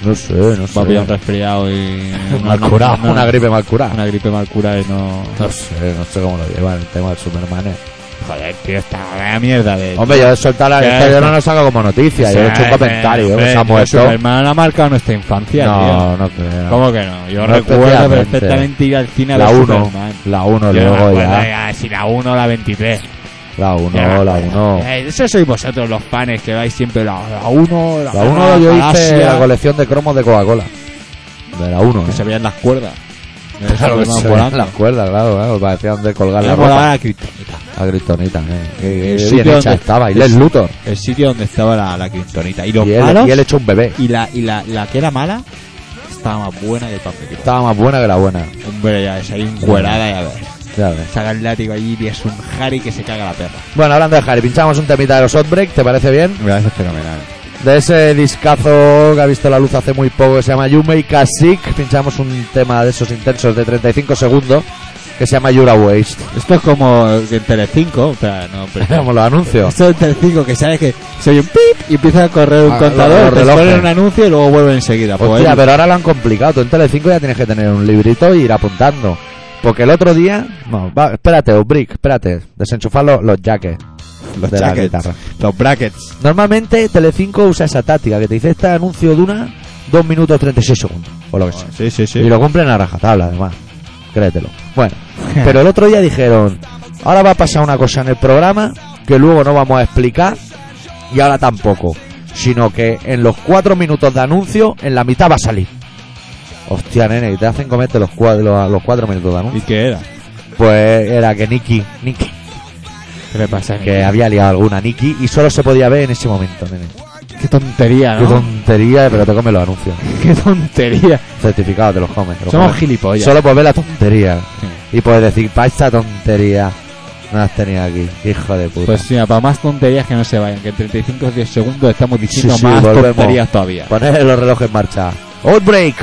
Speaker 2: No sé, no sé.
Speaker 1: Va a pillar un resfriado y.
Speaker 2: Mal
Speaker 1: no, no,
Speaker 2: curado,
Speaker 1: no,
Speaker 2: una gripe mal curada.
Speaker 1: Una gripe mal curada y no.
Speaker 2: No sé, no sé cómo lo llevan el tema del Superman. eh.
Speaker 1: Joder, tío, esta mierda de.
Speaker 2: Hombre, yo he soltado la
Speaker 1: Sí,
Speaker 2: noticia, yo
Speaker 1: sí.
Speaker 2: no lo saco como noticia, yo he hecho un comentario, que ¿eh? se ha muerto.
Speaker 1: Superman ha marcado nuestra infancia, tío.
Speaker 2: No, no creo.
Speaker 1: ¿Cómo que no? Yo
Speaker 2: Ah. No,
Speaker 1: recuerdo
Speaker 2: especialmente.
Speaker 1: perfectamente ir al cine a
Speaker 2: La
Speaker 1: ver
Speaker 2: 1,
Speaker 1: Superman.
Speaker 2: la 1
Speaker 1: Yo no me
Speaker 2: luego
Speaker 1: acuerdo
Speaker 2: ya.
Speaker 1: ya si la 1 o la 23. Ya
Speaker 2: La
Speaker 1: me
Speaker 2: 1, la
Speaker 1: acuerdo.
Speaker 2: 1.
Speaker 1: Eh, Eso sois vosotros los panes que vais siempre la 1, la
Speaker 2: La
Speaker 1: 1,
Speaker 2: 1 yo hice la colección de cromos de Coca-Cola. De la 1,
Speaker 1: Que se
Speaker 2: ¿eh?
Speaker 1: veían las cuerdas.
Speaker 2: Claro
Speaker 1: Superman
Speaker 2: que se
Speaker 1: volando.
Speaker 2: veían las cuerdas, claro, claro, parecían de colgar
Speaker 1: Me
Speaker 2: la
Speaker 1: molaba
Speaker 2: ropa.
Speaker 1: la criptonita.
Speaker 2: La Kryptonita, eh. Qué-
Speaker 1: El
Speaker 2: qué
Speaker 1: sitio
Speaker 2: bien hecha
Speaker 1: donde-
Speaker 2: estaba. Y Les Luthor.
Speaker 1: El sitio donde estaba la, la criptonita. Y los
Speaker 2: Y él,
Speaker 1: malos.
Speaker 2: y él hecho un bebé.
Speaker 1: y la, y la, la que era mala estaba más buena que el papel.
Speaker 2: Estaba más buena que la buena.
Speaker 1: Hombre, ya es ahí encuerada y a ver.
Speaker 2: Ya ves.
Speaker 1: Saca el látigo allí y es un Harry que se caga la perra.
Speaker 2: Bueno, hablando de Harry, pinchamos un temita de los Outbreak, ¿te parece bien?
Speaker 1: Me parece fenomenal.
Speaker 2: De ese discazo que ha visto la luz hace muy poco que se llama Yume y Kasik, pinchamos un tema de esos intensos de 35 segundos que se llama Yura Waste.
Speaker 1: Esto es como en Telecinco, o sea, no, pero...
Speaker 2: Como los anuncios.
Speaker 1: Esto en Telecinco, que sabes que se oye un pip y empieza a correr un
Speaker 2: Ah,
Speaker 1: contador,
Speaker 2: los
Speaker 1: te
Speaker 2: relojes.
Speaker 1: ponen un anuncio y luego vuelven enseguida. Pues,
Speaker 2: Hostia, pero ahora lo han complicado. Tú en Telecinco ya tienes que tener un librito y ir apuntando. Porque el otro día... No, va, espérate, Outbreak, espérate. Desenchufar los, los jackets
Speaker 1: los
Speaker 2: de la
Speaker 1: jackets,
Speaker 2: guitarra.
Speaker 1: los brackets.
Speaker 2: Normalmente Telecinco usa esa táctica que te dice este anuncio dura 2 minutos 36 segundos o lo que sea.
Speaker 1: Sí, sí, sí.
Speaker 2: Y lo cumplen a rajatabla, además. Créetelo. Bueno, pero el otro día dijeron, ahora va a pasar una cosa en el programa que luego no vamos a explicar y ahora tampoco. Sino que en los 4 minutos de anuncio, en la mitad va a salir. Hostia, nene, y te hacen comerte los 4 los, los cuatro minutos de
Speaker 1: ¿Y
Speaker 2: anuncio.
Speaker 1: qué era?
Speaker 2: Pues era que Nicky, Nicky,
Speaker 1: ¿Qué le pasa?
Speaker 2: que había liado alguna Nicky y solo se podía ver en ese momento, nene.
Speaker 1: Qué tontería,
Speaker 2: Qué
Speaker 1: ¿no?
Speaker 2: tontería, pero te comen los anuncios.
Speaker 1: Qué tontería.
Speaker 2: Certificado te los comes. te los
Speaker 1: Somos
Speaker 2: comes.
Speaker 1: gilipollas.
Speaker 2: Solo por ver la tontería.
Speaker 1: Sí.
Speaker 2: Y puedes decir, para esta tontería no has tenido aquí, hijo de puta.
Speaker 1: Pues sí, para más tonterías que no se vayan, que en 35 o 10 segundos estamos diciendo
Speaker 2: Sí, sí,
Speaker 1: más
Speaker 2: volvemos.
Speaker 1: tonterías todavía.
Speaker 2: Poner los relojes en marcha. Outbreak.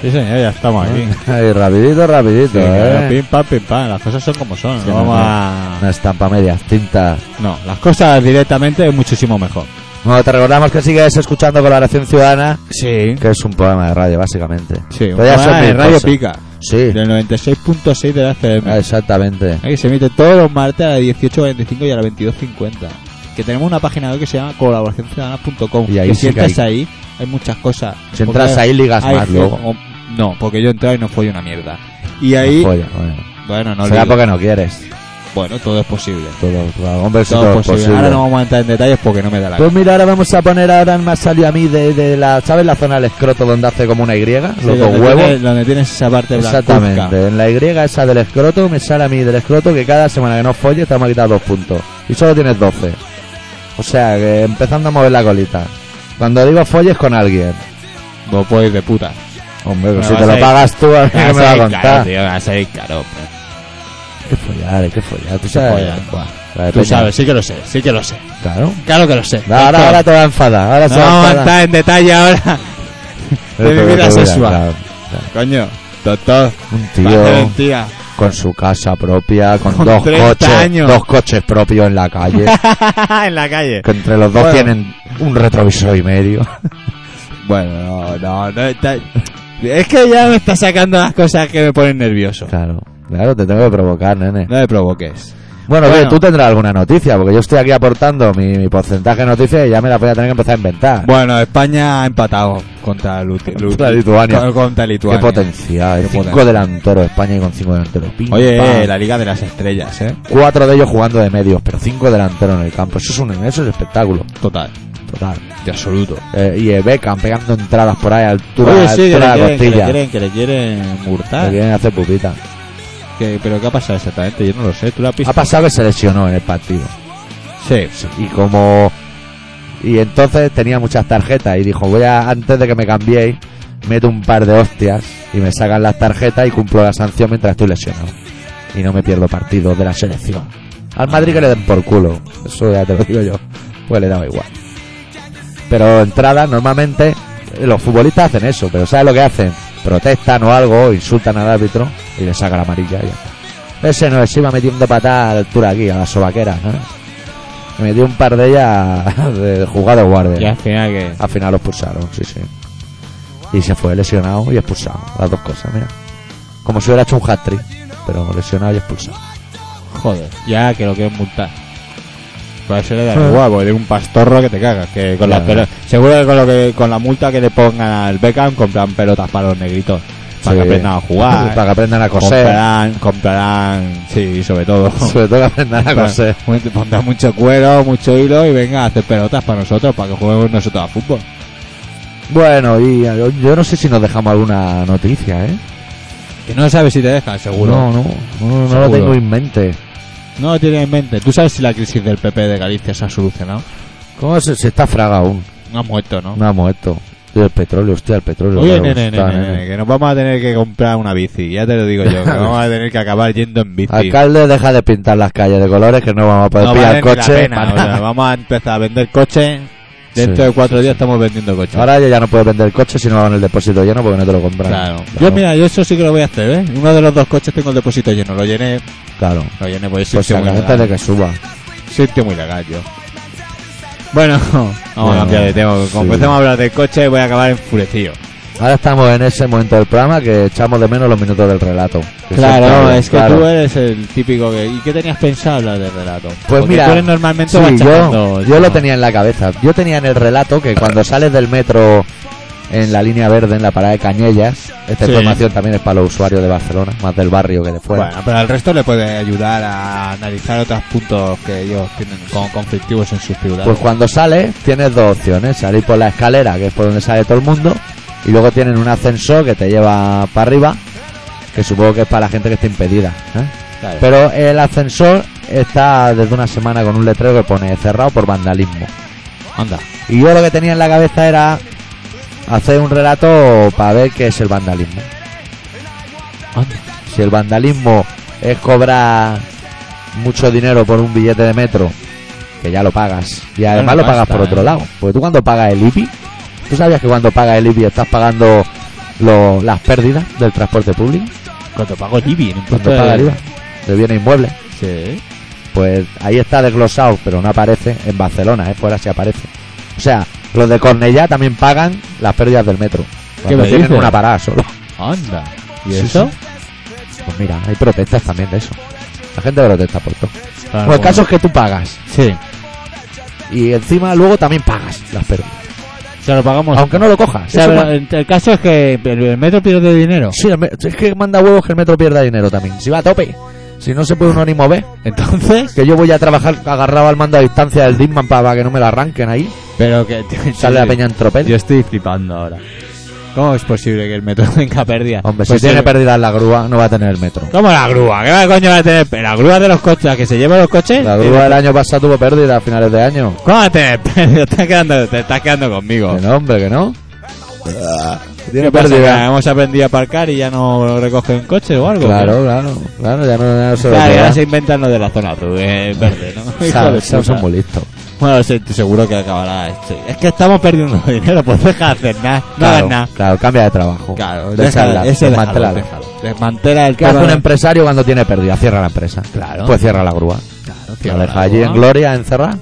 Speaker 1: Sí, señor, ya estamos aquí.
Speaker 2: Ay, rapidito, rapidito,
Speaker 1: Sí, claro,
Speaker 2: eh.
Speaker 1: Pim, pam, pim, pam. Las cosas son como son.
Speaker 2: Sí,
Speaker 1: no
Speaker 2: no,
Speaker 1: vamos
Speaker 2: no.
Speaker 1: a...
Speaker 2: Una estampa media, tinta.
Speaker 1: No, las cosas directamente es muchísimo mejor.
Speaker 2: Bueno, te recordamos que sigues escuchando Colaboración Ciudadana,
Speaker 1: Sí.
Speaker 2: que es un programa de radio, básicamente.
Speaker 1: Sí,
Speaker 2: Pero ya son
Speaker 1: programa de
Speaker 2: mil
Speaker 1: Radio
Speaker 2: cosas.
Speaker 1: Pica.
Speaker 2: Sí,
Speaker 1: Del 96.6 de la FM.
Speaker 2: exactamente.
Speaker 1: Aquí se emite todos los martes a las 18.45 y a las 22.50. Que tenemos una página web que se llama colaboracionciudadana.com.
Speaker 2: Y ahí
Speaker 1: que
Speaker 2: sí
Speaker 1: si
Speaker 2: que
Speaker 1: entras ahí, hay muchas cosas.
Speaker 2: Si entras ahí, ligas
Speaker 1: Hay
Speaker 2: más
Speaker 1: ge-
Speaker 2: luego.
Speaker 1: o- No, porque yo he entrado y no follo una mierda. Y ahí,
Speaker 2: Joya, bueno.
Speaker 1: bueno, no
Speaker 2: Será
Speaker 1: ligo.
Speaker 2: porque no quieres.
Speaker 1: Bueno, todo es posible.
Speaker 2: Todo, claro. hombre, sí,
Speaker 1: Todo,
Speaker 2: todo
Speaker 1: es
Speaker 2: es
Speaker 1: posible.
Speaker 2: posible.
Speaker 1: pues Ahora no vamos a entrar en detalles porque no me da la
Speaker 2: Pues mira, ahora vamos a poner ahora más salió a mí de, de la, ¿sabes? La zona del escroto donde hace como una Y,
Speaker 1: Sí,
Speaker 2: los dos
Speaker 1: donde
Speaker 2: huevos.
Speaker 1: tienes- donde tienes esa parte blanca.
Speaker 2: Exactamente, en la Y esa del escroto me sale a mí del escroto que cada semana que no folles te vamos a quitar dos puntos. Y solo tienes 12. O sea, que empezando a mover la colita. Cuando digo folles con alguien.
Speaker 1: Vos podéis pues, de puta.
Speaker 2: Hombre,
Speaker 1: Me
Speaker 2: si
Speaker 1: vas
Speaker 2: te
Speaker 1: a
Speaker 2: lo
Speaker 1: ir-
Speaker 2: pagas tú, ¿a mí qué me va a
Speaker 1: Vas a ir caro,
Speaker 2: contar?
Speaker 1: tío, vas a ir caro, hombre.
Speaker 2: Qué follar, eh, qué follar. Tú
Speaker 1: Se
Speaker 2: sabes.
Speaker 1: follan, pues. buah.
Speaker 2: La de
Speaker 1: Tú
Speaker 2: Peña.
Speaker 1: sabes, sí que lo sé, sí que lo sé.
Speaker 2: Claro.
Speaker 1: Claro que lo sé.
Speaker 2: Ahora, ahora, ahora te va a enfadar. Ahora
Speaker 1: no
Speaker 2: se va a
Speaker 1: vamos a
Speaker 2: enfadar.
Speaker 1: entrar en detalle ahora. de mi
Speaker 2: Pero,
Speaker 1: vida
Speaker 2: pero, pero,
Speaker 1: sexual.
Speaker 2: claro.
Speaker 1: Coño, doctor.
Speaker 2: Un tío.
Speaker 1: Tío.
Speaker 2: con su casa propia, con,
Speaker 1: Con
Speaker 2: dos
Speaker 1: 30
Speaker 2: coches,
Speaker 1: años.
Speaker 2: dos coches propios en la calle,
Speaker 1: en la calle.
Speaker 2: que entre los dos
Speaker 1: Bueno.
Speaker 2: tienen un retrovisor y medio.
Speaker 1: Bueno, no, no, no está- Es que ya me está sacando las cosas que me ponen nervioso.
Speaker 2: Claro, claro, te tengo que provocar, nene.
Speaker 1: No me provoques.
Speaker 2: Bueno,
Speaker 1: Bueno.
Speaker 2: oye, tú tendrás alguna noticia, porque yo estoy aquí aportando mi, mi porcentaje de noticias y ya me la voy a tener que empezar a inventar.
Speaker 1: Bueno, España ha empatado contra, Lu- Lu-
Speaker 2: Contra Lituania.
Speaker 1: con- Contra
Speaker 2: Qué
Speaker 1: Lituania.
Speaker 2: potencial,
Speaker 1: Qué
Speaker 2: cinco
Speaker 1: potencia.
Speaker 2: delanteros España y con cinco delanteros. Pim,
Speaker 1: Oye,
Speaker 2: pam.
Speaker 1: eh, la Liga de las Estrellas, ¿eh?
Speaker 2: cuatro de ellos jugando de medios, pero cinco delanteros en el campo. Eso es un eso es espectáculo,
Speaker 1: Total,
Speaker 2: total.
Speaker 1: de absoluto.
Speaker 2: Eh, y eh, Beckham pegando entradas por ahí a altura,
Speaker 1: Oye,
Speaker 2: a
Speaker 1: sí, que le,
Speaker 2: altura de la
Speaker 1: quieren, que, le
Speaker 2: costilla.
Speaker 1: quieren, que le quieren
Speaker 2: Le
Speaker 1: hurtar.
Speaker 2: quieren hacer pupita.
Speaker 1: Que- ¿Pero qué ha pasado exactamente? Yo no lo sé. ¿Tú la has visto?
Speaker 2: Ha pasado que se lesionó en el partido.
Speaker 1: Sí.
Speaker 2: Y como. Y entonces tenía muchas tarjetas y dijo: Voy a, antes de que me cambiéis, meto un par de hostias y me sacan las tarjetas y cumplo la sanción mientras estoy lesionado. Y no me pierdo partidos de la selección. Al Madrid que le den por culo. Eso ya te lo digo yo. Pues le daba igual. Pero entradas, normalmente, eh, los futbolistas hacen eso, pero ¿sabes lo que hacen? Protestan o algo, insultan al árbitro y le sacan la amarilla y ya está. Ese no, ese iba metiendo patada a la altura aquí, a las sobaqueras, ¿no? Me metió un par de ellas de jugado guardia.
Speaker 1: Y al final que...
Speaker 2: Al final lo expulsaron, sí, sí. Y se fue lesionado y expulsado. Las dos cosas, mira. Como si hubiera hecho un hat-trick, pero lesionado y expulsado.
Speaker 1: Joder, ya que lo quieren multar. Para eso le da
Speaker 2: Ah.
Speaker 1: igual, porque tiene un pastorro que te cagas. Que con
Speaker 2: Ya,
Speaker 1: la
Speaker 2: ya.
Speaker 1: pelo- Seguro que con, lo que con la multa que le pongan al Beckham compran pelotas para los negritos. Para que
Speaker 2: Sí.
Speaker 1: aprendan a jugar.
Speaker 2: Para que aprendan a coser.
Speaker 1: comprarán, comprarán, sí, sobre todo.
Speaker 2: Sobre todo que aprendan a coser.
Speaker 1: Bueno, Pondrán mucho cuero, mucho hilo y venga a hacer pelotas para nosotros, para que juguemos nosotros a fútbol.
Speaker 2: Bueno, y yo, yo no sé si nos dejamos alguna noticia, ¿eh?
Speaker 1: Que no sabes si te dejan, seguro.
Speaker 2: No, no, no, no
Speaker 1: Seguro.
Speaker 2: lo tengo en mente.
Speaker 1: No lo tienes en mente. ¿Tú sabes si la crisis del PP de Galicia se ha solucionado?
Speaker 2: ¿Cómo se, se está fraga aún?
Speaker 1: No ha muerto, ¿no?
Speaker 2: No ha muerto. El petróleo, hostia, el petróleo.
Speaker 1: Oye,
Speaker 2: claro,
Speaker 1: nene,
Speaker 2: está,
Speaker 1: nene,
Speaker 2: nene.
Speaker 1: nene, que nos vamos a tener que comprar una bici, ya te lo digo yo, que vamos a tener que acabar yendo en bici.
Speaker 2: Alcalde, deja de pintar las calles de colores que no vamos a poder
Speaker 1: no
Speaker 2: pillar
Speaker 1: vale ni la
Speaker 2: coche.
Speaker 1: pena, o sea, vamos a empezar a vender coches, dentro
Speaker 2: Sí,
Speaker 1: de cuatro días estamos vendiendo coches.
Speaker 2: Ahora yo ya no puedo vender el coche si no va en el depósito lleno porque no te lo compran.
Speaker 1: Claro.
Speaker 2: claro.
Speaker 1: Yo mira, yo eso sí que lo voy a hacer, ¿eh? Uno de los dos coches tengo el depósito lleno, lo llené,
Speaker 2: Claro.
Speaker 1: lo llené por
Speaker 2: Pues
Speaker 1: sitio muy
Speaker 2: antes de
Speaker 1: legal.
Speaker 2: que suba.
Speaker 1: Sitio muy legal yo. Bueno, vamos a
Speaker 2: Bueno,
Speaker 1: cambiar de tema, como
Speaker 2: sí.
Speaker 1: empecemos a hablar del coche voy a acabar enfurecido.
Speaker 2: Ahora estamos en ese momento del programa que echamos de menos los minutos del relato. Que
Speaker 1: Claro,
Speaker 2: siempre-
Speaker 1: es que
Speaker 2: claro.
Speaker 1: tú eres el típico que... ¿Y qué tenías pensado hablar del relato?
Speaker 2: Pues
Speaker 1: Porque
Speaker 2: mira,
Speaker 1: tú eres normalmente
Speaker 2: Sí,
Speaker 1: bachacando,
Speaker 2: yo, yo lo
Speaker 1: ¿no?
Speaker 2: tenía en la cabeza. Yo tenía en el relato que cuando sales del metro en la línea verde, en la parada de Cañellas, esta
Speaker 1: Sí.
Speaker 2: información también es para los usuarios de Barcelona, más del barrio que de fuera.
Speaker 1: Bueno, pero al resto le puede ayudar a analizar otros puntos que ellos tienen como conflictivos en sus ciudades.
Speaker 2: Pues cuando sales, tienes dos opciones: salir por la escalera, que es por donde sale todo el mundo, y luego tienen un ascensor que te lleva para arriba, que supongo que es para la gente que está impedida. ¿eh?
Speaker 1: Claro.
Speaker 2: Pero el ascensor está desde una semana con un letrero que pone cerrado por vandalismo.
Speaker 1: Anda.
Speaker 2: Y yo lo que tenía en la cabeza era hacer un relato para ver qué es el vandalismo. Si el vandalismo es cobrar mucho dinero por un billete de metro, que ya lo pagas. Y además
Speaker 1: Bueno,
Speaker 2: lo pagas
Speaker 1: basta,
Speaker 2: por otro
Speaker 1: ¿eh?
Speaker 2: lado. Porque tú cuando pagas el IBI, ¿tú sabías que cuando pagas el IBI estás pagando lo- las pérdidas del transporte público?
Speaker 1: Cuando pago el IBI, no
Speaker 2: Cuando pagas el IVA, de bienes inmuebles.
Speaker 1: Sí.
Speaker 2: Pues ahí está desglosado, pero no aparece en Barcelona, ¿eh? fuera sí aparece. O sea, los de Cornellá también pagan las pérdidas del metro. Cuando
Speaker 1: me
Speaker 2: tienen
Speaker 1: dices?
Speaker 2: una parada solo.
Speaker 1: Anda. ¿Y
Speaker 2: Sí,
Speaker 1: eso?
Speaker 2: Pues mira, hay protestas también de eso. La gente protesta por todo.
Speaker 1: Claro,
Speaker 2: Pues el
Speaker 1: bueno.
Speaker 2: caso es que tú pagas.
Speaker 1: Sí.
Speaker 2: Y encima luego también pagas las pérdidas.
Speaker 1: Se lo pagamos.
Speaker 2: Aunque no lo cojas.
Speaker 1: O sea,
Speaker 2: Eso
Speaker 1: pero eh,
Speaker 2: ma-
Speaker 1: el, el caso es que el, el metro pierde dinero.
Speaker 2: Sí, el me- es que manda huevos que el metro pierda dinero también. Si va a tope. Si no se puede uno ni mover.
Speaker 1: Entonces.
Speaker 2: Que yo voy a trabajar agarrado al mando a distancia del Disman para que no me lo arranquen ahí.
Speaker 1: Pero que.
Speaker 2: Sale la peña en tropel.
Speaker 1: Yo estoy flipando ahora. ¿Cómo es posible que el metro tenga pérdida?
Speaker 2: Hombre,
Speaker 1: Pues
Speaker 2: si tiene
Speaker 1: el-
Speaker 2: pérdidas la grúa, no va a tener el metro.
Speaker 1: ¿Cómo la grúa? ¿Qué coño va a tener? La grúa de los coches, la que se lleva los coches.
Speaker 2: La grúa del año pasado tuvo pérdida a finales de año.
Speaker 1: ¿Cómo va a tener? Te estás quedando, te estás quedando conmigo.
Speaker 2: Que no, hombre, que no. Tiene
Speaker 1: ¿Qué pasa? ¿Que
Speaker 2: pérdida.
Speaker 1: hemos aprendido a aparcar y ya no recogen un coche o algo.
Speaker 2: Claro, claro, claro, ya no, ya no se
Speaker 1: ¿qué?
Speaker 2: lo
Speaker 1: Claro, y
Speaker 2: queda.
Speaker 1: ahora se inventan lo de la zona azul, eh, verde, ¿no?
Speaker 2: Sabe,
Speaker 1: Hijo de
Speaker 2: sabe, son
Speaker 1: puta.
Speaker 2: muy listos.
Speaker 1: Bueno, sí, seguro que acabará esto. Es que estamos perdiendo dinero, pues deja de hacer nada, no hagas
Speaker 2: Claro,
Speaker 1: nada.
Speaker 2: claro, cambia de trabajo.
Speaker 1: Claro,
Speaker 2: Deshala,
Speaker 1: déjala, ese déjalo,
Speaker 2: desmantélala.
Speaker 1: déjalo. Desmantela el
Speaker 2: ¿Qué hace un
Speaker 1: tema-
Speaker 2: empresario cuando tiene pérdida? Cierra la empresa.
Speaker 1: Claro.
Speaker 2: Pues cierra la grúa.
Speaker 1: Claro,
Speaker 2: La
Speaker 1: cierra
Speaker 2: deja
Speaker 1: la
Speaker 2: allí
Speaker 1: grúa.
Speaker 2: en gloria, encerrada,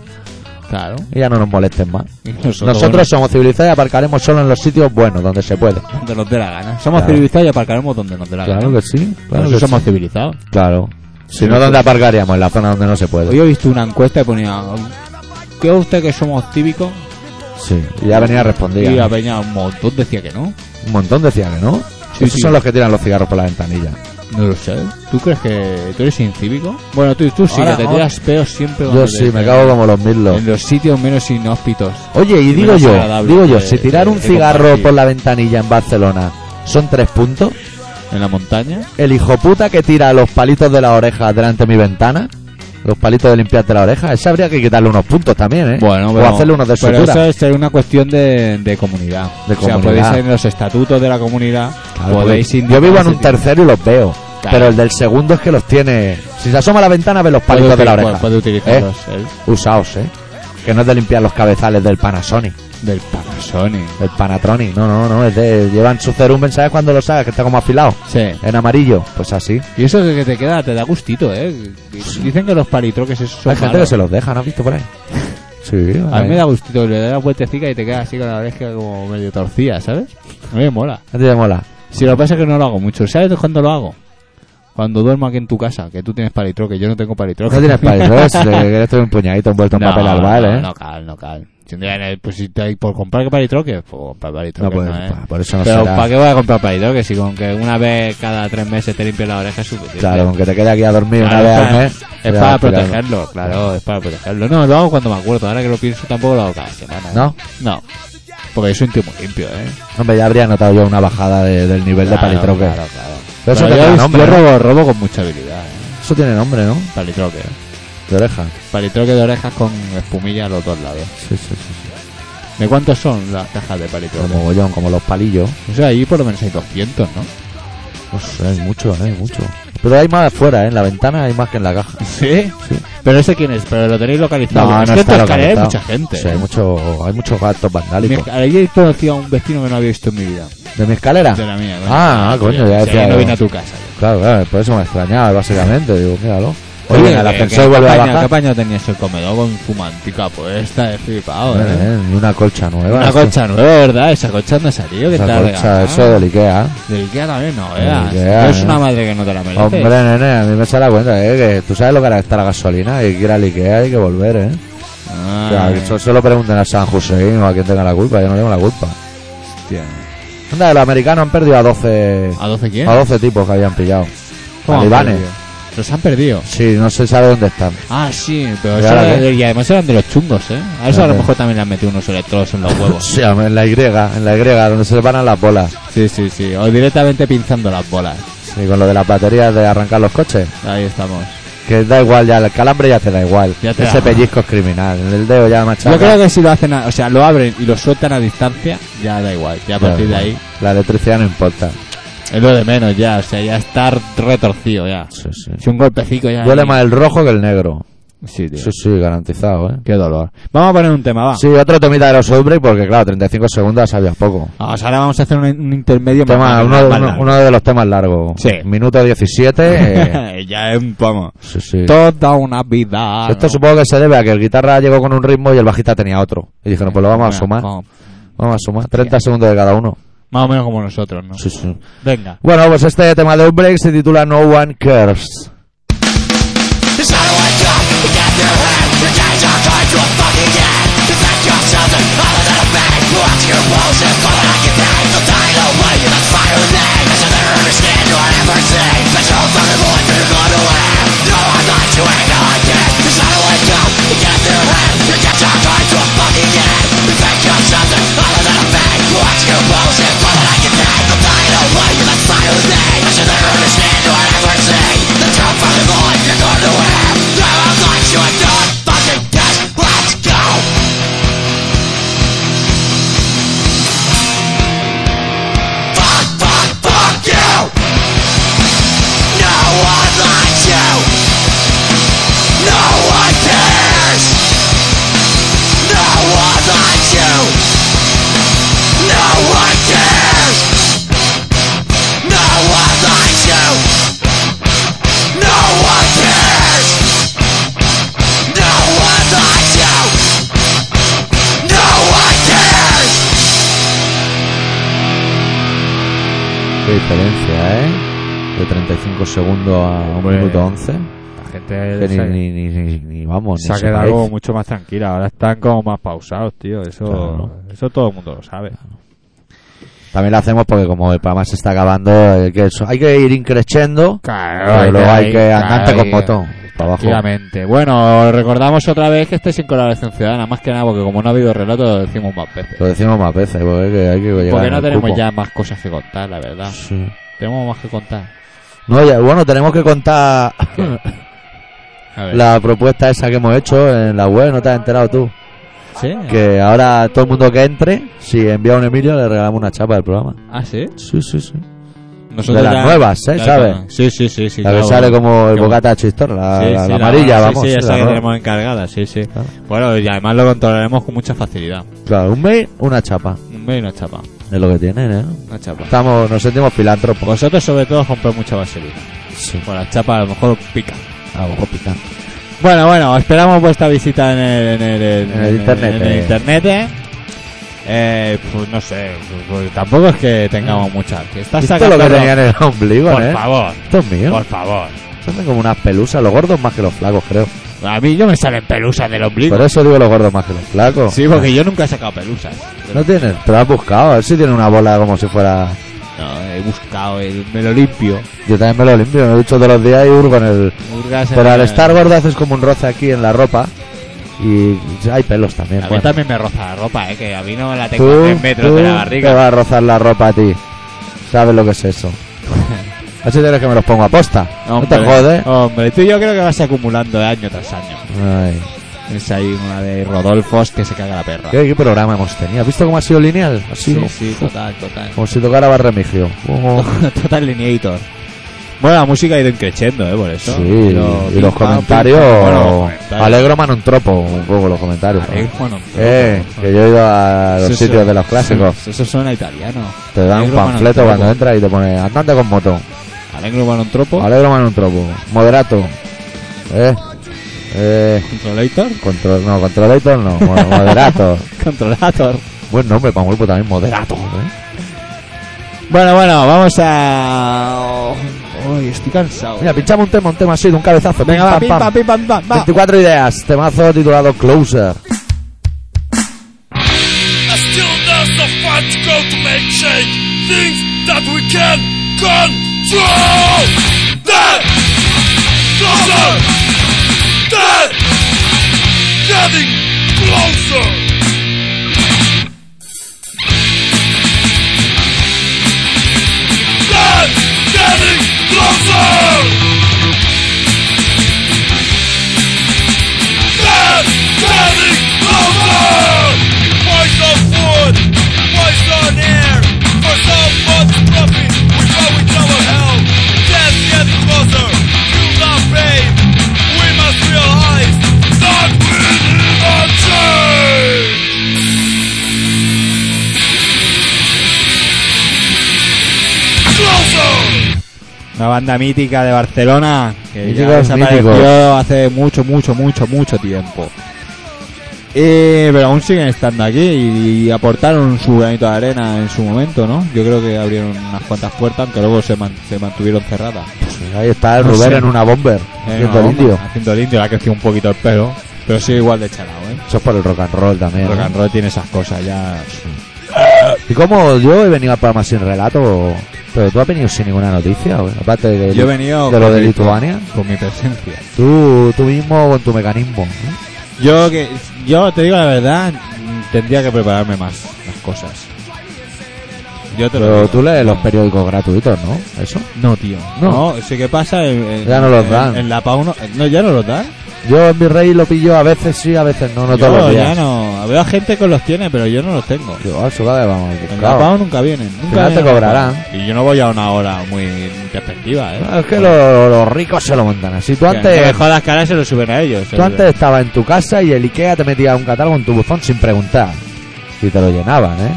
Speaker 1: Claro.
Speaker 2: y ya no nos molesten más.
Speaker 1: Y Nosotros,
Speaker 2: Nosotros
Speaker 1: bueno,
Speaker 2: somos civilizados y aparcaremos solo en los sitios buenos, donde se puede.
Speaker 1: donde nos dé la gana. Somos
Speaker 2: Claro.
Speaker 1: civilizados y aparcaremos donde nos dé la gana.
Speaker 2: sí,
Speaker 1: Por eso
Speaker 2: que
Speaker 1: somos civilizados.
Speaker 2: sí. Claro. Si no,
Speaker 1: pues.
Speaker 2: ¿dónde aparcaríamos? En la zona donde no se puede.
Speaker 1: Hoy he visto una encuesta y ponía, ¿cree usted que somos cívicos?
Speaker 2: Sí. Y ya venía a
Speaker 1: Y la
Speaker 2: responder.
Speaker 1: peña un montón decía que no.
Speaker 2: Un montón decía que no.
Speaker 1: Sí,
Speaker 2: Esos
Speaker 1: sí.
Speaker 2: son los que tiran los cigarros por la ventanilla.
Speaker 1: No lo sé. ¿Tú crees que tú eres incívico? Bueno, tú, tú sí,
Speaker 2: Ahora,
Speaker 1: que te
Speaker 2: ahora-
Speaker 1: tiras peos siempre cuando
Speaker 2: Yo
Speaker 1: te-
Speaker 2: sí, me cago como los mirlos.
Speaker 1: En los sitios menos inhóspitos.
Speaker 2: Oye, y
Speaker 1: y
Speaker 2: digo
Speaker 1: menos
Speaker 2: yo,
Speaker 1: agradable
Speaker 2: digo yo,
Speaker 1: de-
Speaker 2: si tirar
Speaker 1: de-
Speaker 2: un
Speaker 1: de
Speaker 2: cigarro
Speaker 1: compartir.
Speaker 2: por la ventanilla en Barcelona son tres puntos,
Speaker 1: En la montaña.
Speaker 2: el hijo puta que tira los palitos de la oreja delante de mi ventana, los palitos de limpiarte la oreja, ese habría que quitarle unos puntos también, ¿eh?
Speaker 1: Bueno,
Speaker 2: o
Speaker 1: pero,
Speaker 2: hacerle unos de
Speaker 1: pero
Speaker 2: sutura.
Speaker 1: eso es una cuestión de, de comunidad.
Speaker 2: De
Speaker 1: O sea,
Speaker 2: comunidad.
Speaker 1: podéis en los estatutos de la comunidad.
Speaker 2: Claro,
Speaker 1: podéis
Speaker 2: porque yo
Speaker 1: indicar
Speaker 2: vivo en
Speaker 1: ese
Speaker 2: un
Speaker 1: tipo-
Speaker 2: tercero y los veo, pero el del segundo es que los tiene. Si se asoma a la ventana, ve los
Speaker 1: puede
Speaker 2: palitos de la
Speaker 1: util-
Speaker 2: oreja.
Speaker 1: puede
Speaker 2: ¿eh?
Speaker 1: utilizarlos. el-
Speaker 2: Usaos, ¿eh? Que no es de limpiar los cabezales del Panasonic.
Speaker 1: del Panasonic.
Speaker 2: El Panatronic, no, no, no, es de, llevan su cerumen, ¿sabes cuando lo sacas? Que está como afilado,
Speaker 1: Sí.
Speaker 2: en amarillo, pues así.
Speaker 1: Y eso que que te queda, te da gustito, ¿eh? Dicen que los palitroques esos son
Speaker 2: Hay gente que
Speaker 1: malos.
Speaker 2: se ¿eh? los deja, ¿no has visto por ahí? Sí,
Speaker 1: A mí me
Speaker 2: ahí.
Speaker 1: da gustito, le das la vueltecita y te queda así con la oreja como medio torcida, ¿sabes? A mí me mola.
Speaker 2: A ti te mola.
Speaker 1: Si lo que pasa es que no lo hago mucho. ¿Sabes cuándo lo hago? Cuando duermo aquí en tu casa, que tú tienes palitroque, yo no tengo palitroque.
Speaker 2: No tienes palitos, te quieres tener un puñadito envuelto en papel albal, ¿eh?
Speaker 1: No, no cal, no cal. Tendría que- Pues si te hay por comprar que palitroque, pues comprar palitroque.
Speaker 2: No, pues,
Speaker 1: No, eh.
Speaker 2: pa- por eso no
Speaker 1: Pero
Speaker 2: será.
Speaker 1: ¿para qué voy a comprar palitroque? Si con que una vez cada tres meses te limpies la oreja es suficiente.
Speaker 2: Claro, aunque te quede aquí a dormir
Speaker 1: Claro,
Speaker 2: una vez
Speaker 1: es
Speaker 2: al
Speaker 1: para-
Speaker 2: mes.
Speaker 1: Es
Speaker 2: ya,
Speaker 1: para
Speaker 2: tirado.
Speaker 1: protegerlo, claro, es para protegerlo. No, lo hago cuando me acuerdo. Ahora que lo pienso, tampoco lo hago cada semana. ¿eh?
Speaker 2: ¿No?
Speaker 1: No. Porque soy un tío muy limpio, ¿eh?
Speaker 2: Hombre, ya habría notado yo una bajada de- del nivel Pues de
Speaker 1: Claro,
Speaker 2: palitroque.
Speaker 1: Claro, claro.
Speaker 2: Pero eso
Speaker 1: Pero
Speaker 2: tendrá
Speaker 1: yo,
Speaker 2: nombre,
Speaker 1: yo
Speaker 2: ¿no?
Speaker 1: robo, robo con mucha habilidad, ¿eh?
Speaker 2: Eso tiene nombre, ¿no?
Speaker 1: Palitroque. ¿eh?
Speaker 2: De oreja.
Speaker 1: Palitroque de orejas con espumilla a los dos lados.
Speaker 2: Sí, sí, sí. sí.
Speaker 1: ¿De cuántos son las cajas de
Speaker 2: Como
Speaker 1: palitroque?
Speaker 2: mogollón, como los palillos.
Speaker 1: O sea, ahí por lo menos hay 200, ¿no?
Speaker 2: No sé, hay mucho, ¿eh? hay mucho. Pero hay más afuera, ¿eh? En la ventana hay más que en la caja.
Speaker 1: ¿Sí?
Speaker 2: Sí.
Speaker 1: Pero ese quién es, pero lo tenéis localizado.
Speaker 2: No, no,
Speaker 1: Es que en
Speaker 2: está
Speaker 1: Toscana hay
Speaker 2: localizado.
Speaker 1: mucha gente. ¿eh?
Speaker 2: Sí, hay, mucho, hay muchos gatos vandálicos.
Speaker 1: Me- Ayer conocí a un vecino que no había visto en mi vida.
Speaker 2: ¿De mi escalera?
Speaker 1: De la mía, coño.
Speaker 2: Ah, coño, ya
Speaker 1: Si
Speaker 2: decía
Speaker 1: ayer no
Speaker 2: yo.
Speaker 1: vine a tu casa.
Speaker 2: Claro, claro, por eso me extrañaba, básicamente. Digo, míralo.
Speaker 1: Oye,
Speaker 2: Oye, en el
Speaker 1: ¿qué-
Speaker 2: ascensor
Speaker 1: qué
Speaker 2: vuelve a
Speaker 1: paño-
Speaker 2: bajar.
Speaker 1: ¿Qué paño tenías el comedor con fumantica puesta? He flipado,
Speaker 2: Eh,
Speaker 1: ¿eh?
Speaker 2: eh, y una colcha nueva.
Speaker 1: Una
Speaker 2: esto.
Speaker 1: colcha nueva, ¿verdad? Esa colcha no ha salido, que te
Speaker 2: Esa
Speaker 1: ha
Speaker 2: colcha,
Speaker 1: regalado.
Speaker 2: eso del Ikea.
Speaker 1: Del Ikea también no,
Speaker 2: Del
Speaker 1: veas.
Speaker 2: Ikea,
Speaker 1: es
Speaker 2: eh.
Speaker 1: una madre que no te la mereces.
Speaker 2: Hombre, nene, a mí me sale la cuenta, eh, que tú sabes lo que era estar la gasolina y que ir al Ikea hay que volver, eh.
Speaker 1: Ah,
Speaker 2: O sea, eso se lo pregunten a San José o a quien tenga la culpa, yo no tengo la culpa.
Speaker 1: hostia.
Speaker 2: Anda, los americanos han perdido a 12,
Speaker 1: ¿A 12 quién?
Speaker 2: a 12 tipos que habían pillado.
Speaker 1: ¿Cómo han
Speaker 2: Talibanes.
Speaker 1: perdido? Los han perdido.
Speaker 2: Sí, no se sabe dónde están.
Speaker 1: Ah, sí, pero
Speaker 2: ¿Y
Speaker 1: eso
Speaker 2: ahora
Speaker 1: era-
Speaker 2: qué?
Speaker 1: y además eran de los chungos, ¿eh? A eso a
Speaker 2: Claro.
Speaker 1: lo mejor también le han metido unos electrodos en los huevos.
Speaker 2: Sí, en la Y, en la Y, donde se separan las bolas.
Speaker 1: sí, sí, sí. O directamente pinzando las bolas.
Speaker 2: Sí, con lo de las baterías de arrancar los coches.
Speaker 1: Ahí estamos.
Speaker 2: Que da igual, ya el calambre ya te da igual.
Speaker 1: Ya te
Speaker 2: Ese
Speaker 1: da.
Speaker 2: pellizco es criminal. En el dedo ya machaca.
Speaker 1: Yo creo que si lo hacen, a- o sea, lo abren y lo sueltan a distancia, ya da igual. Ya a
Speaker 2: Ya,
Speaker 1: partir de ahí
Speaker 2: La electricidad no importa.
Speaker 1: es lo de menos ya, o sea, ya estar retorcido ya. Si un golpecico ya.
Speaker 2: Duele
Speaker 1: ahí-
Speaker 2: más el rojo que el negro.
Speaker 1: Sí, tío.
Speaker 2: Sí, sí, garantizado, ¿eh?
Speaker 1: Qué dolor. Vamos a poner un tema, va.
Speaker 2: Sí, otro temita de los Outbreak porque, claro, 35 segundos sabías poco.
Speaker 1: Vamos, ahora vamos a hacer un, un intermedio más-
Speaker 2: Tema,
Speaker 1: más.
Speaker 2: uno,
Speaker 1: más
Speaker 2: uno-
Speaker 1: largo.
Speaker 2: uno de los temas largos.
Speaker 1: Sí.
Speaker 2: Minuto 17. eh,
Speaker 1: ya es un pomo.
Speaker 2: sí, sí.
Speaker 1: Toda una vida.
Speaker 2: Esto supongo que se debe a que el guitarra llegó con un ritmo y el bajista tenía otro. Y dijeron, pues lo vamos a sumar. Vamos a sumar. 30 segundos de cada uno.
Speaker 1: Más o menos como nosotros, ¿no?
Speaker 2: Sí, sí.
Speaker 1: Venga.
Speaker 2: Bueno, pues este tema de Outbreak se titula No One Cares.
Speaker 4: It's not a white job to get your head Your days are turned to a fucking end You think you're chosen, other than a bag You ask your bullshit, but I can pay So die the way you inspire me I should never understand you are never see But you're fucking life and you're going to live No, I'm not you ain't no I did It's not a white job to get your head Your days are turned to a fucking end You think you're chosen, other than a bag You ask your bullshit, but I can pay So die the way you inspire me I should never understand you are never see That you're fucking life you're going to live no, I'm not you, I'm not fucking dead. Let's go! Fuck, fuck, fuck you! No one likes you! No one cares! No one likes you! No one cares! No one likes you! No one cares! No one likes you! No one cares!
Speaker 2: Qué diferencia, ¿eh? De 35 segundos a un
Speaker 1: Hombre.
Speaker 2: minuto 11.
Speaker 1: gente
Speaker 2: Que ni,
Speaker 1: se,
Speaker 2: ni, ni, ni- ni- vamos,
Speaker 1: se
Speaker 2: ni
Speaker 1: ha
Speaker 2: se
Speaker 1: quedado
Speaker 2: parece.
Speaker 1: como mucho más tranquila. Ahora están como más pausados, tío. Eso,
Speaker 2: Claro.
Speaker 1: eso todo el mundo lo sabe.
Speaker 2: También lo hacemos porque como el programa se está acabando, eh, que eso- hay que ir increciendo,
Speaker 1: Claro,
Speaker 2: pero luego hay que andarte con
Speaker 1: moto
Speaker 2: moto para abajo.
Speaker 1: Tranquilamente. Bueno, recordamos otra vez que estáis sin colaboración ciudadana, más que nada porque como no ha habido relato lo decimos más veces.
Speaker 2: Lo decimos más veces, porque hay que, hay que llegar
Speaker 1: Porque no
Speaker 2: al
Speaker 1: tenemos
Speaker 2: cupo.
Speaker 1: ya más cosas que contar, la verdad.
Speaker 2: Sí.
Speaker 1: Tenemos más que contar.
Speaker 2: No, ya, bueno, tenemos que contar
Speaker 1: A ver.
Speaker 2: la propuesta esa que hemos hecho en la web, no te has enterado tú.
Speaker 1: ¿Sí?
Speaker 2: Que
Speaker 1: Ah.
Speaker 2: ahora todo el mundo que entre, si envía un Emilio, le regalamos una chapa del programa.
Speaker 1: ¿Ah, sí?
Speaker 2: Sí, sí, sí.
Speaker 1: Nosotros
Speaker 2: De las
Speaker 1: ya-
Speaker 2: nuevas, ¿eh?
Speaker 1: ya
Speaker 2: ¿Sabes?
Speaker 1: con- Sí, sí, sí. sí
Speaker 2: la que
Speaker 1: claro.
Speaker 2: sale como el
Speaker 1: Qué
Speaker 2: bocata chistor, la,
Speaker 1: Sí,
Speaker 2: la-
Speaker 1: sí,
Speaker 2: la amarilla,
Speaker 1: sí,
Speaker 2: vamos.
Speaker 1: Sí,
Speaker 2: sí,
Speaker 1: esa
Speaker 2: la
Speaker 1: que
Speaker 2: roja.
Speaker 1: tenemos encargada, sí, sí.
Speaker 2: Claro.
Speaker 1: Bueno, y además lo controlaremos con mucha facilidad.
Speaker 2: Claro, un mail, una chapa.
Speaker 1: Un medio y una chapa.
Speaker 2: Es lo que tienen, ¿eh?
Speaker 1: Una chapa.
Speaker 2: Estamos, nos sentimos filántropos.
Speaker 1: Vosotros, sobre todo, compréis mucha vaselina.
Speaker 2: Sí,
Speaker 1: Bueno, la chapa a lo mejor pica.
Speaker 2: a lo mejor pican.
Speaker 1: Bueno, bueno, esperamos vuestra visita en el, en el, en-
Speaker 2: En el internet,
Speaker 1: en el
Speaker 2: eh.
Speaker 1: internet, eh. Eh, pues no sé, pues tampoco es que tengamos mucha. Que estás
Speaker 2: Esto es lo
Speaker 1: sacando.
Speaker 2: que tenían en el ombligo,
Speaker 1: por
Speaker 2: ¿eh?
Speaker 1: favor,
Speaker 2: Esto es mío.
Speaker 1: por favor.
Speaker 2: Son como unas pelusas, los gordos más que los flacos, creo.
Speaker 1: A mí yo me salen pelusas del ombligo.
Speaker 2: Por eso digo los gordos más que los flacos.
Speaker 1: Sí, porque yo nunca he sacado pelusas.
Speaker 2: No tienes, te lo has buscado. A ver si tiene una bola como si fuera.
Speaker 1: No, he buscado, el, me lo limpio.
Speaker 2: Yo también me lo limpio, me lo he dicho todos los días y urgo en el.
Speaker 1: Hurgas en
Speaker 2: Pero al
Speaker 1: el-
Speaker 2: estar gordo haces como un roce aquí en la ropa y hay pelos también.
Speaker 1: A mí
Speaker 2: bueno.
Speaker 1: también me roza la ropa, eh, que a mí no la tengo
Speaker 2: Tú,
Speaker 1: a tres metros
Speaker 2: tú
Speaker 1: de la
Speaker 2: te
Speaker 1: barriga.
Speaker 2: va a rozar la ropa a ti. ¿Sabes lo que es eso? Así tienes que me los pongo a posta. No te
Speaker 1: Hombre,
Speaker 2: jodes.
Speaker 1: Hombre, tú yo creo que vas acumulando de año tras año.
Speaker 2: Ay,
Speaker 1: Es ahí una de Rodolfos que se caga la perra.
Speaker 2: ¿qué, qué programa hemos tenido? ¿Has visto cómo ha sido lineal? Ha sido
Speaker 1: Sí, sí, total, total.
Speaker 2: como si tocara Barremigio. Oh,
Speaker 1: total lineator. Bueno, la música ha ido creciendo, ¿eh? Por eso.
Speaker 2: sí,
Speaker 1: Y
Speaker 2: y,
Speaker 1: lo- pim,
Speaker 2: los
Speaker 1: pam,
Speaker 2: comentarios.
Speaker 1: pim, pam. Bueno, los comentarios.
Speaker 2: Alegro manontropo un poco los comentarios. ¿no?
Speaker 1: Alegro, bueno,
Speaker 2: Eh,
Speaker 1: pero-
Speaker 2: que yo he ido a los
Speaker 1: Eso
Speaker 2: sitios
Speaker 1: suena-
Speaker 2: de los clásicos.
Speaker 1: sí, Eso suena italiano.
Speaker 2: Te dan un
Speaker 1: Alegro
Speaker 2: panfleto
Speaker 1: Manontropo.
Speaker 2: cuando entras y te pone andante con moto.
Speaker 1: Alegro Manontropo.
Speaker 2: Alegro manontropo. Moderato. Eh. Eh.
Speaker 1: Controlator.
Speaker 2: Control, no, controlator no, mo- moderator.
Speaker 1: Controlator.
Speaker 2: Buen nombre para un grupo también, moderator. ¿eh?
Speaker 1: Bueno, bueno, vamos a. Uy, estoy cansado.
Speaker 2: Mira, pinchamos un tema, un tema así, de un cabezazo.
Speaker 1: Venga, va, pim,
Speaker 2: pim, pam,
Speaker 1: pam,
Speaker 2: pam.
Speaker 1: pim, pam, pam, va.
Speaker 2: 24 ideas, temazo titulado Closer.
Speaker 5: I still there's so far to go to make change. Things that we can control. Then closer. Then getting closer. Then getting closer. Then getting closer. Voice of wood, voice on air. For so much profit, we bow in our hell. Death getting closer, feel the pain. We must realize that we need a change. Closer!
Speaker 1: Una banda mítica de Barcelona que ya
Speaker 2: Míticos,
Speaker 1: desapareció
Speaker 2: míticos.
Speaker 1: hace mucho, mucho, mucho, mucho tiempo. Eh, pero aún siguen estando aquí y, y aportaron su granito de arena en su momento, ¿no? Yo creo que abrieron unas cuantas puertas, aunque luego se, man- se mantuvieron cerradas.
Speaker 2: Ahí está el
Speaker 1: No
Speaker 2: Rubén
Speaker 1: sé.
Speaker 2: en una bomber,
Speaker 1: Eh,
Speaker 2: haciendo
Speaker 1: no,
Speaker 2: el indio.
Speaker 1: Haciendo el indio, le ha crecido un poquito el pelo, pero sigue igual de chalado, ¿eh?
Speaker 2: Eso es por el rock and roll también.
Speaker 1: Rock
Speaker 2: Eh, ¿no?
Speaker 1: and roll tiene esas cosas ya.
Speaker 2: ¿Y cómo yo he venido al programa sin relato? ¿Pero tú has venido sin ninguna noticia? o- Aparte de,
Speaker 1: Yo he venido
Speaker 2: de lo
Speaker 1: con
Speaker 2: de
Speaker 1: mi-
Speaker 2: Lituania.
Speaker 1: con mi presencia.
Speaker 2: Tú, tú mismo con tu mecanismo. ¿eh?
Speaker 1: Yo que yo te digo la verdad, mm, tendría que prepararme más las cosas. Yo te lo
Speaker 2: Pero
Speaker 1: digo.
Speaker 2: tú lees los periódicos gratuitos, ¿no? Eso.
Speaker 1: No, tío. No,
Speaker 2: No.
Speaker 1: sí que pasa en, en-
Speaker 2: Ya no los
Speaker 1: en-
Speaker 2: dan.
Speaker 1: En, la PAU no, no, ya no los dan.
Speaker 2: Yo en mi rey lo pillo a veces sí, a veces no, no
Speaker 1: Yo
Speaker 2: todos los
Speaker 1: ya
Speaker 2: días.
Speaker 1: no. Veo a gente que los tiene, pero yo no los tengo.
Speaker 2: Yo, eso vale, vamos,
Speaker 1: En la
Speaker 2: claro.
Speaker 1: PAU nunca vienen. Nunca
Speaker 2: final te
Speaker 1: vienen a la
Speaker 2: cobrarán.
Speaker 1: PAU. Y yo no voy a una hora muy perspectiva, ¿eh?
Speaker 2: Ah, Es que lo- los ricos se lo montan así. Tú
Speaker 1: Que no me
Speaker 2: antes,
Speaker 1: jodas que ahora se lo suben a ellos.
Speaker 2: tú antes estabas en tu casa y el Ikea te metía un catálogo en tu buzón sin preguntar. Y te lo llenaban, ¿eh?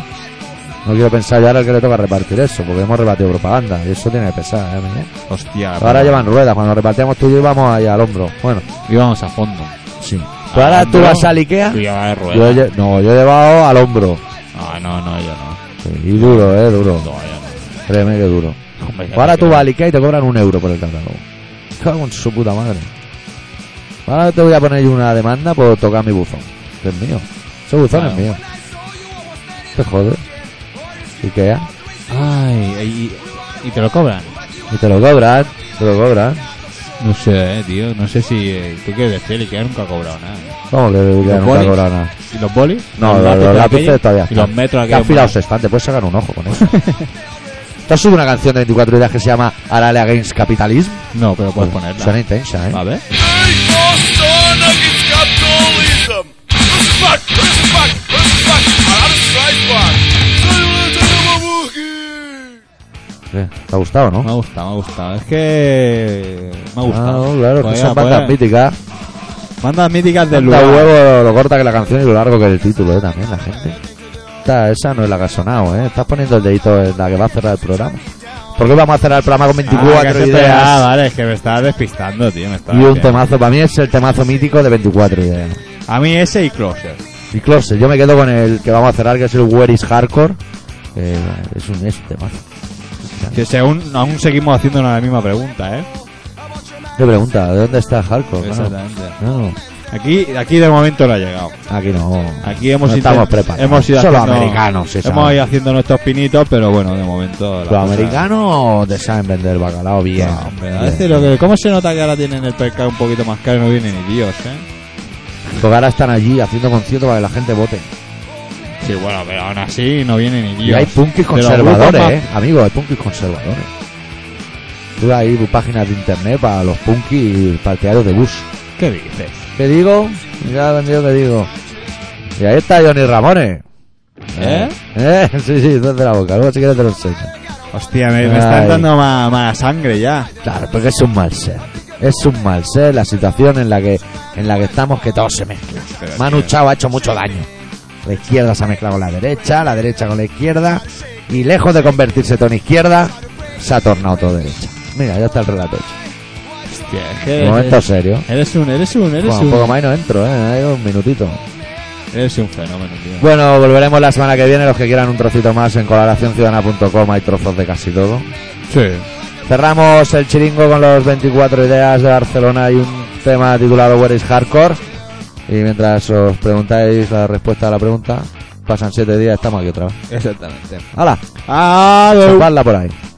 Speaker 2: No quiero pensar ya ahora el que le toca repartir eso, porque hemos repartido propaganda y eso tiene que pesar, ¿eh? Miguel?
Speaker 1: Ah, Hostia. pues,
Speaker 2: Ahora
Speaker 1: pero-
Speaker 2: llevan ruedas, cuando repartíamos tú y yo íbamos ahí al hombro. Bueno,
Speaker 1: Íbamos a fondo.
Speaker 2: sí. Tú
Speaker 1: Ah,
Speaker 2: ahora tú
Speaker 1: Al hombro,
Speaker 2: vas al Ikea.
Speaker 1: Tú llevas de
Speaker 2: Yo
Speaker 1: rueda.
Speaker 2: he lle- no, yo he llevado al hombro.
Speaker 1: No, no, no, yo no.
Speaker 2: Sí, y duro, ¿eh? Duro.
Speaker 1: No, yo
Speaker 2: Créeme que duro.
Speaker 1: no. Hombre, que
Speaker 2: Pues Ahora
Speaker 1: te
Speaker 2: tú
Speaker 1: creo.
Speaker 2: vas al Ikea y te cobran un euro por el catálogo. Cago en su puta madre. Ahora te voy a poner yo una demanda por tocar mi buzón. Que es mío. Ese buzón
Speaker 1: Claro.
Speaker 2: es mío. Te jode. Ikea.
Speaker 1: Ay, y, y te lo cobran.
Speaker 2: Y te lo cobran. Te lo cobran.
Speaker 1: No sé, eh, tío. No sé si. eh, ¿Tú quieres decir? Ikea nunca ha cobrado nada.
Speaker 2: ¿Cómo que Ikea nunca ha
Speaker 1: bolis?
Speaker 2: cobrado nada?
Speaker 1: ¿Y los bolis?
Speaker 2: No, los,
Speaker 1: lápices de
Speaker 2: los lápices
Speaker 1: aquello?
Speaker 2: todavía.
Speaker 1: ¿Y los metros
Speaker 2: Que ha
Speaker 1: aquellos?
Speaker 2: afilado Sextante, te puedes sacar un ojo con eso. ¿Te has subido una canción de 24 días que se llama Arale Against Capitalism?
Speaker 1: No, pero puedes ponerla.
Speaker 2: Suena intensa, ¿eh?
Speaker 1: A ver.
Speaker 2: Sí. ¿Te ha gustado, no?
Speaker 1: Me ha gustado, me ha gustado. Es que. Me ha gustado.
Speaker 2: Ah, claro,
Speaker 1: Pues
Speaker 2: que
Speaker 1: ya,
Speaker 2: son
Speaker 1: pues
Speaker 2: bandas
Speaker 1: ya.
Speaker 2: míticas.
Speaker 1: Bandas míticas del
Speaker 2: Tanta
Speaker 1: lugar. Ah,
Speaker 2: huevo lo corta que la canción y lo largo que el título, ¿eh? También la gente. Esta- esa no es la que ha sonado, ¿eh? Estás poniendo el dedito en la que va a cerrar el programa. ¿Por qué vamos a cerrar el programa con
Speaker 1: Ah, que
Speaker 2: 24
Speaker 1: se
Speaker 2: ideas?
Speaker 1: pega, vale, es que me estaba despistando, tío. Me estaba
Speaker 2: y un
Speaker 1: haciendo-
Speaker 2: temazo, para mí es el temazo mítico de 24 ideas.
Speaker 1: A mí ese y Closer.
Speaker 2: Y Closer, yo me quedo con el que vamos a cerrar, que es el Where is Hardcore. Eh, es un es un temazo.
Speaker 1: Que si aún, aún seguimos haciéndonos la misma pregunta, ¿eh?
Speaker 2: Yo pregunta, ¿de dónde está el Hardcore? No, no,
Speaker 1: Aquí, aquí de momento no ha llegado.
Speaker 2: aquí no.
Speaker 1: Aquí hemos
Speaker 2: No estamos
Speaker 1: intent-
Speaker 2: preparados.
Speaker 1: Hemos ido
Speaker 2: Solo
Speaker 1: haciendo,
Speaker 2: americanos, se
Speaker 1: Hemos
Speaker 2: sabe.
Speaker 1: ido haciendo nuestros pinitos, pero bueno, de momento. la
Speaker 2: Los
Speaker 1: cosa-
Speaker 2: americanos te saben vender bacalao bien.
Speaker 1: No, hombre, a veces lo que- ¿Cómo se nota que ahora tienen el pescado un poquito más caro y no vienen ni Dios, eh?
Speaker 2: Porque ahora están allí haciendo conciertos para que la gente vote.
Speaker 1: Sí, bueno, pero aún así no vienen ni Dios.
Speaker 2: Y hay punkis
Speaker 1: De los
Speaker 2: conservadores,
Speaker 1: grupos
Speaker 2: eh. Amigo, hay punkis conservadores. Tú hay páginas de internet para los punkis partidarios de Bush.
Speaker 1: ¿Qué dices?
Speaker 2: ¿Qué digo? Ya vendido que digo. Y ahí está Johnny Ramones.
Speaker 1: ¿Eh?
Speaker 2: Eh, sí, sí, de la boca. Luego si quieres te lo enseño.
Speaker 1: Hostia, me, me está
Speaker 2: Ay.
Speaker 1: entrando ma- mala sangre ya.
Speaker 2: Claro, porque es un mal ser. Es un mal ser la situación en la que en la que estamos que todo se mezcla.
Speaker 1: Pero,
Speaker 2: Manu
Speaker 1: tío,
Speaker 2: Chao ha hecho mucho daño. La izquierda se ha mezclado con la derecha, la derecha con la izquierda y lejos de convertirse todo en izquierda, se ha tornado todo derecha. Mira, ya está el relato. hecho.
Speaker 1: hostia, es que
Speaker 2: De momento serio.
Speaker 1: Eres un, eres un, Eh, eres
Speaker 2: Bueno, un
Speaker 1: un.
Speaker 2: poco más y no entro, ¿eh? Hay un minutito.
Speaker 1: Eres un fenómeno, tío.
Speaker 2: Bueno, volveremos la semana que viene. Los que quieran un trocito más en colaboraciónciudadana.com hay trozos de casi todo.
Speaker 1: Sí.
Speaker 2: Cerramos el chiringo con los 24 ideas de Barcelona y un tema titulado Where is Hardcore. Y mientras os preguntáis la respuesta a la pregunta, pasan 7 días, estamos aquí otra vez.
Speaker 1: Exactamente.
Speaker 2: ¡Hala!
Speaker 1: Ah,
Speaker 2: Chupadla por ahí.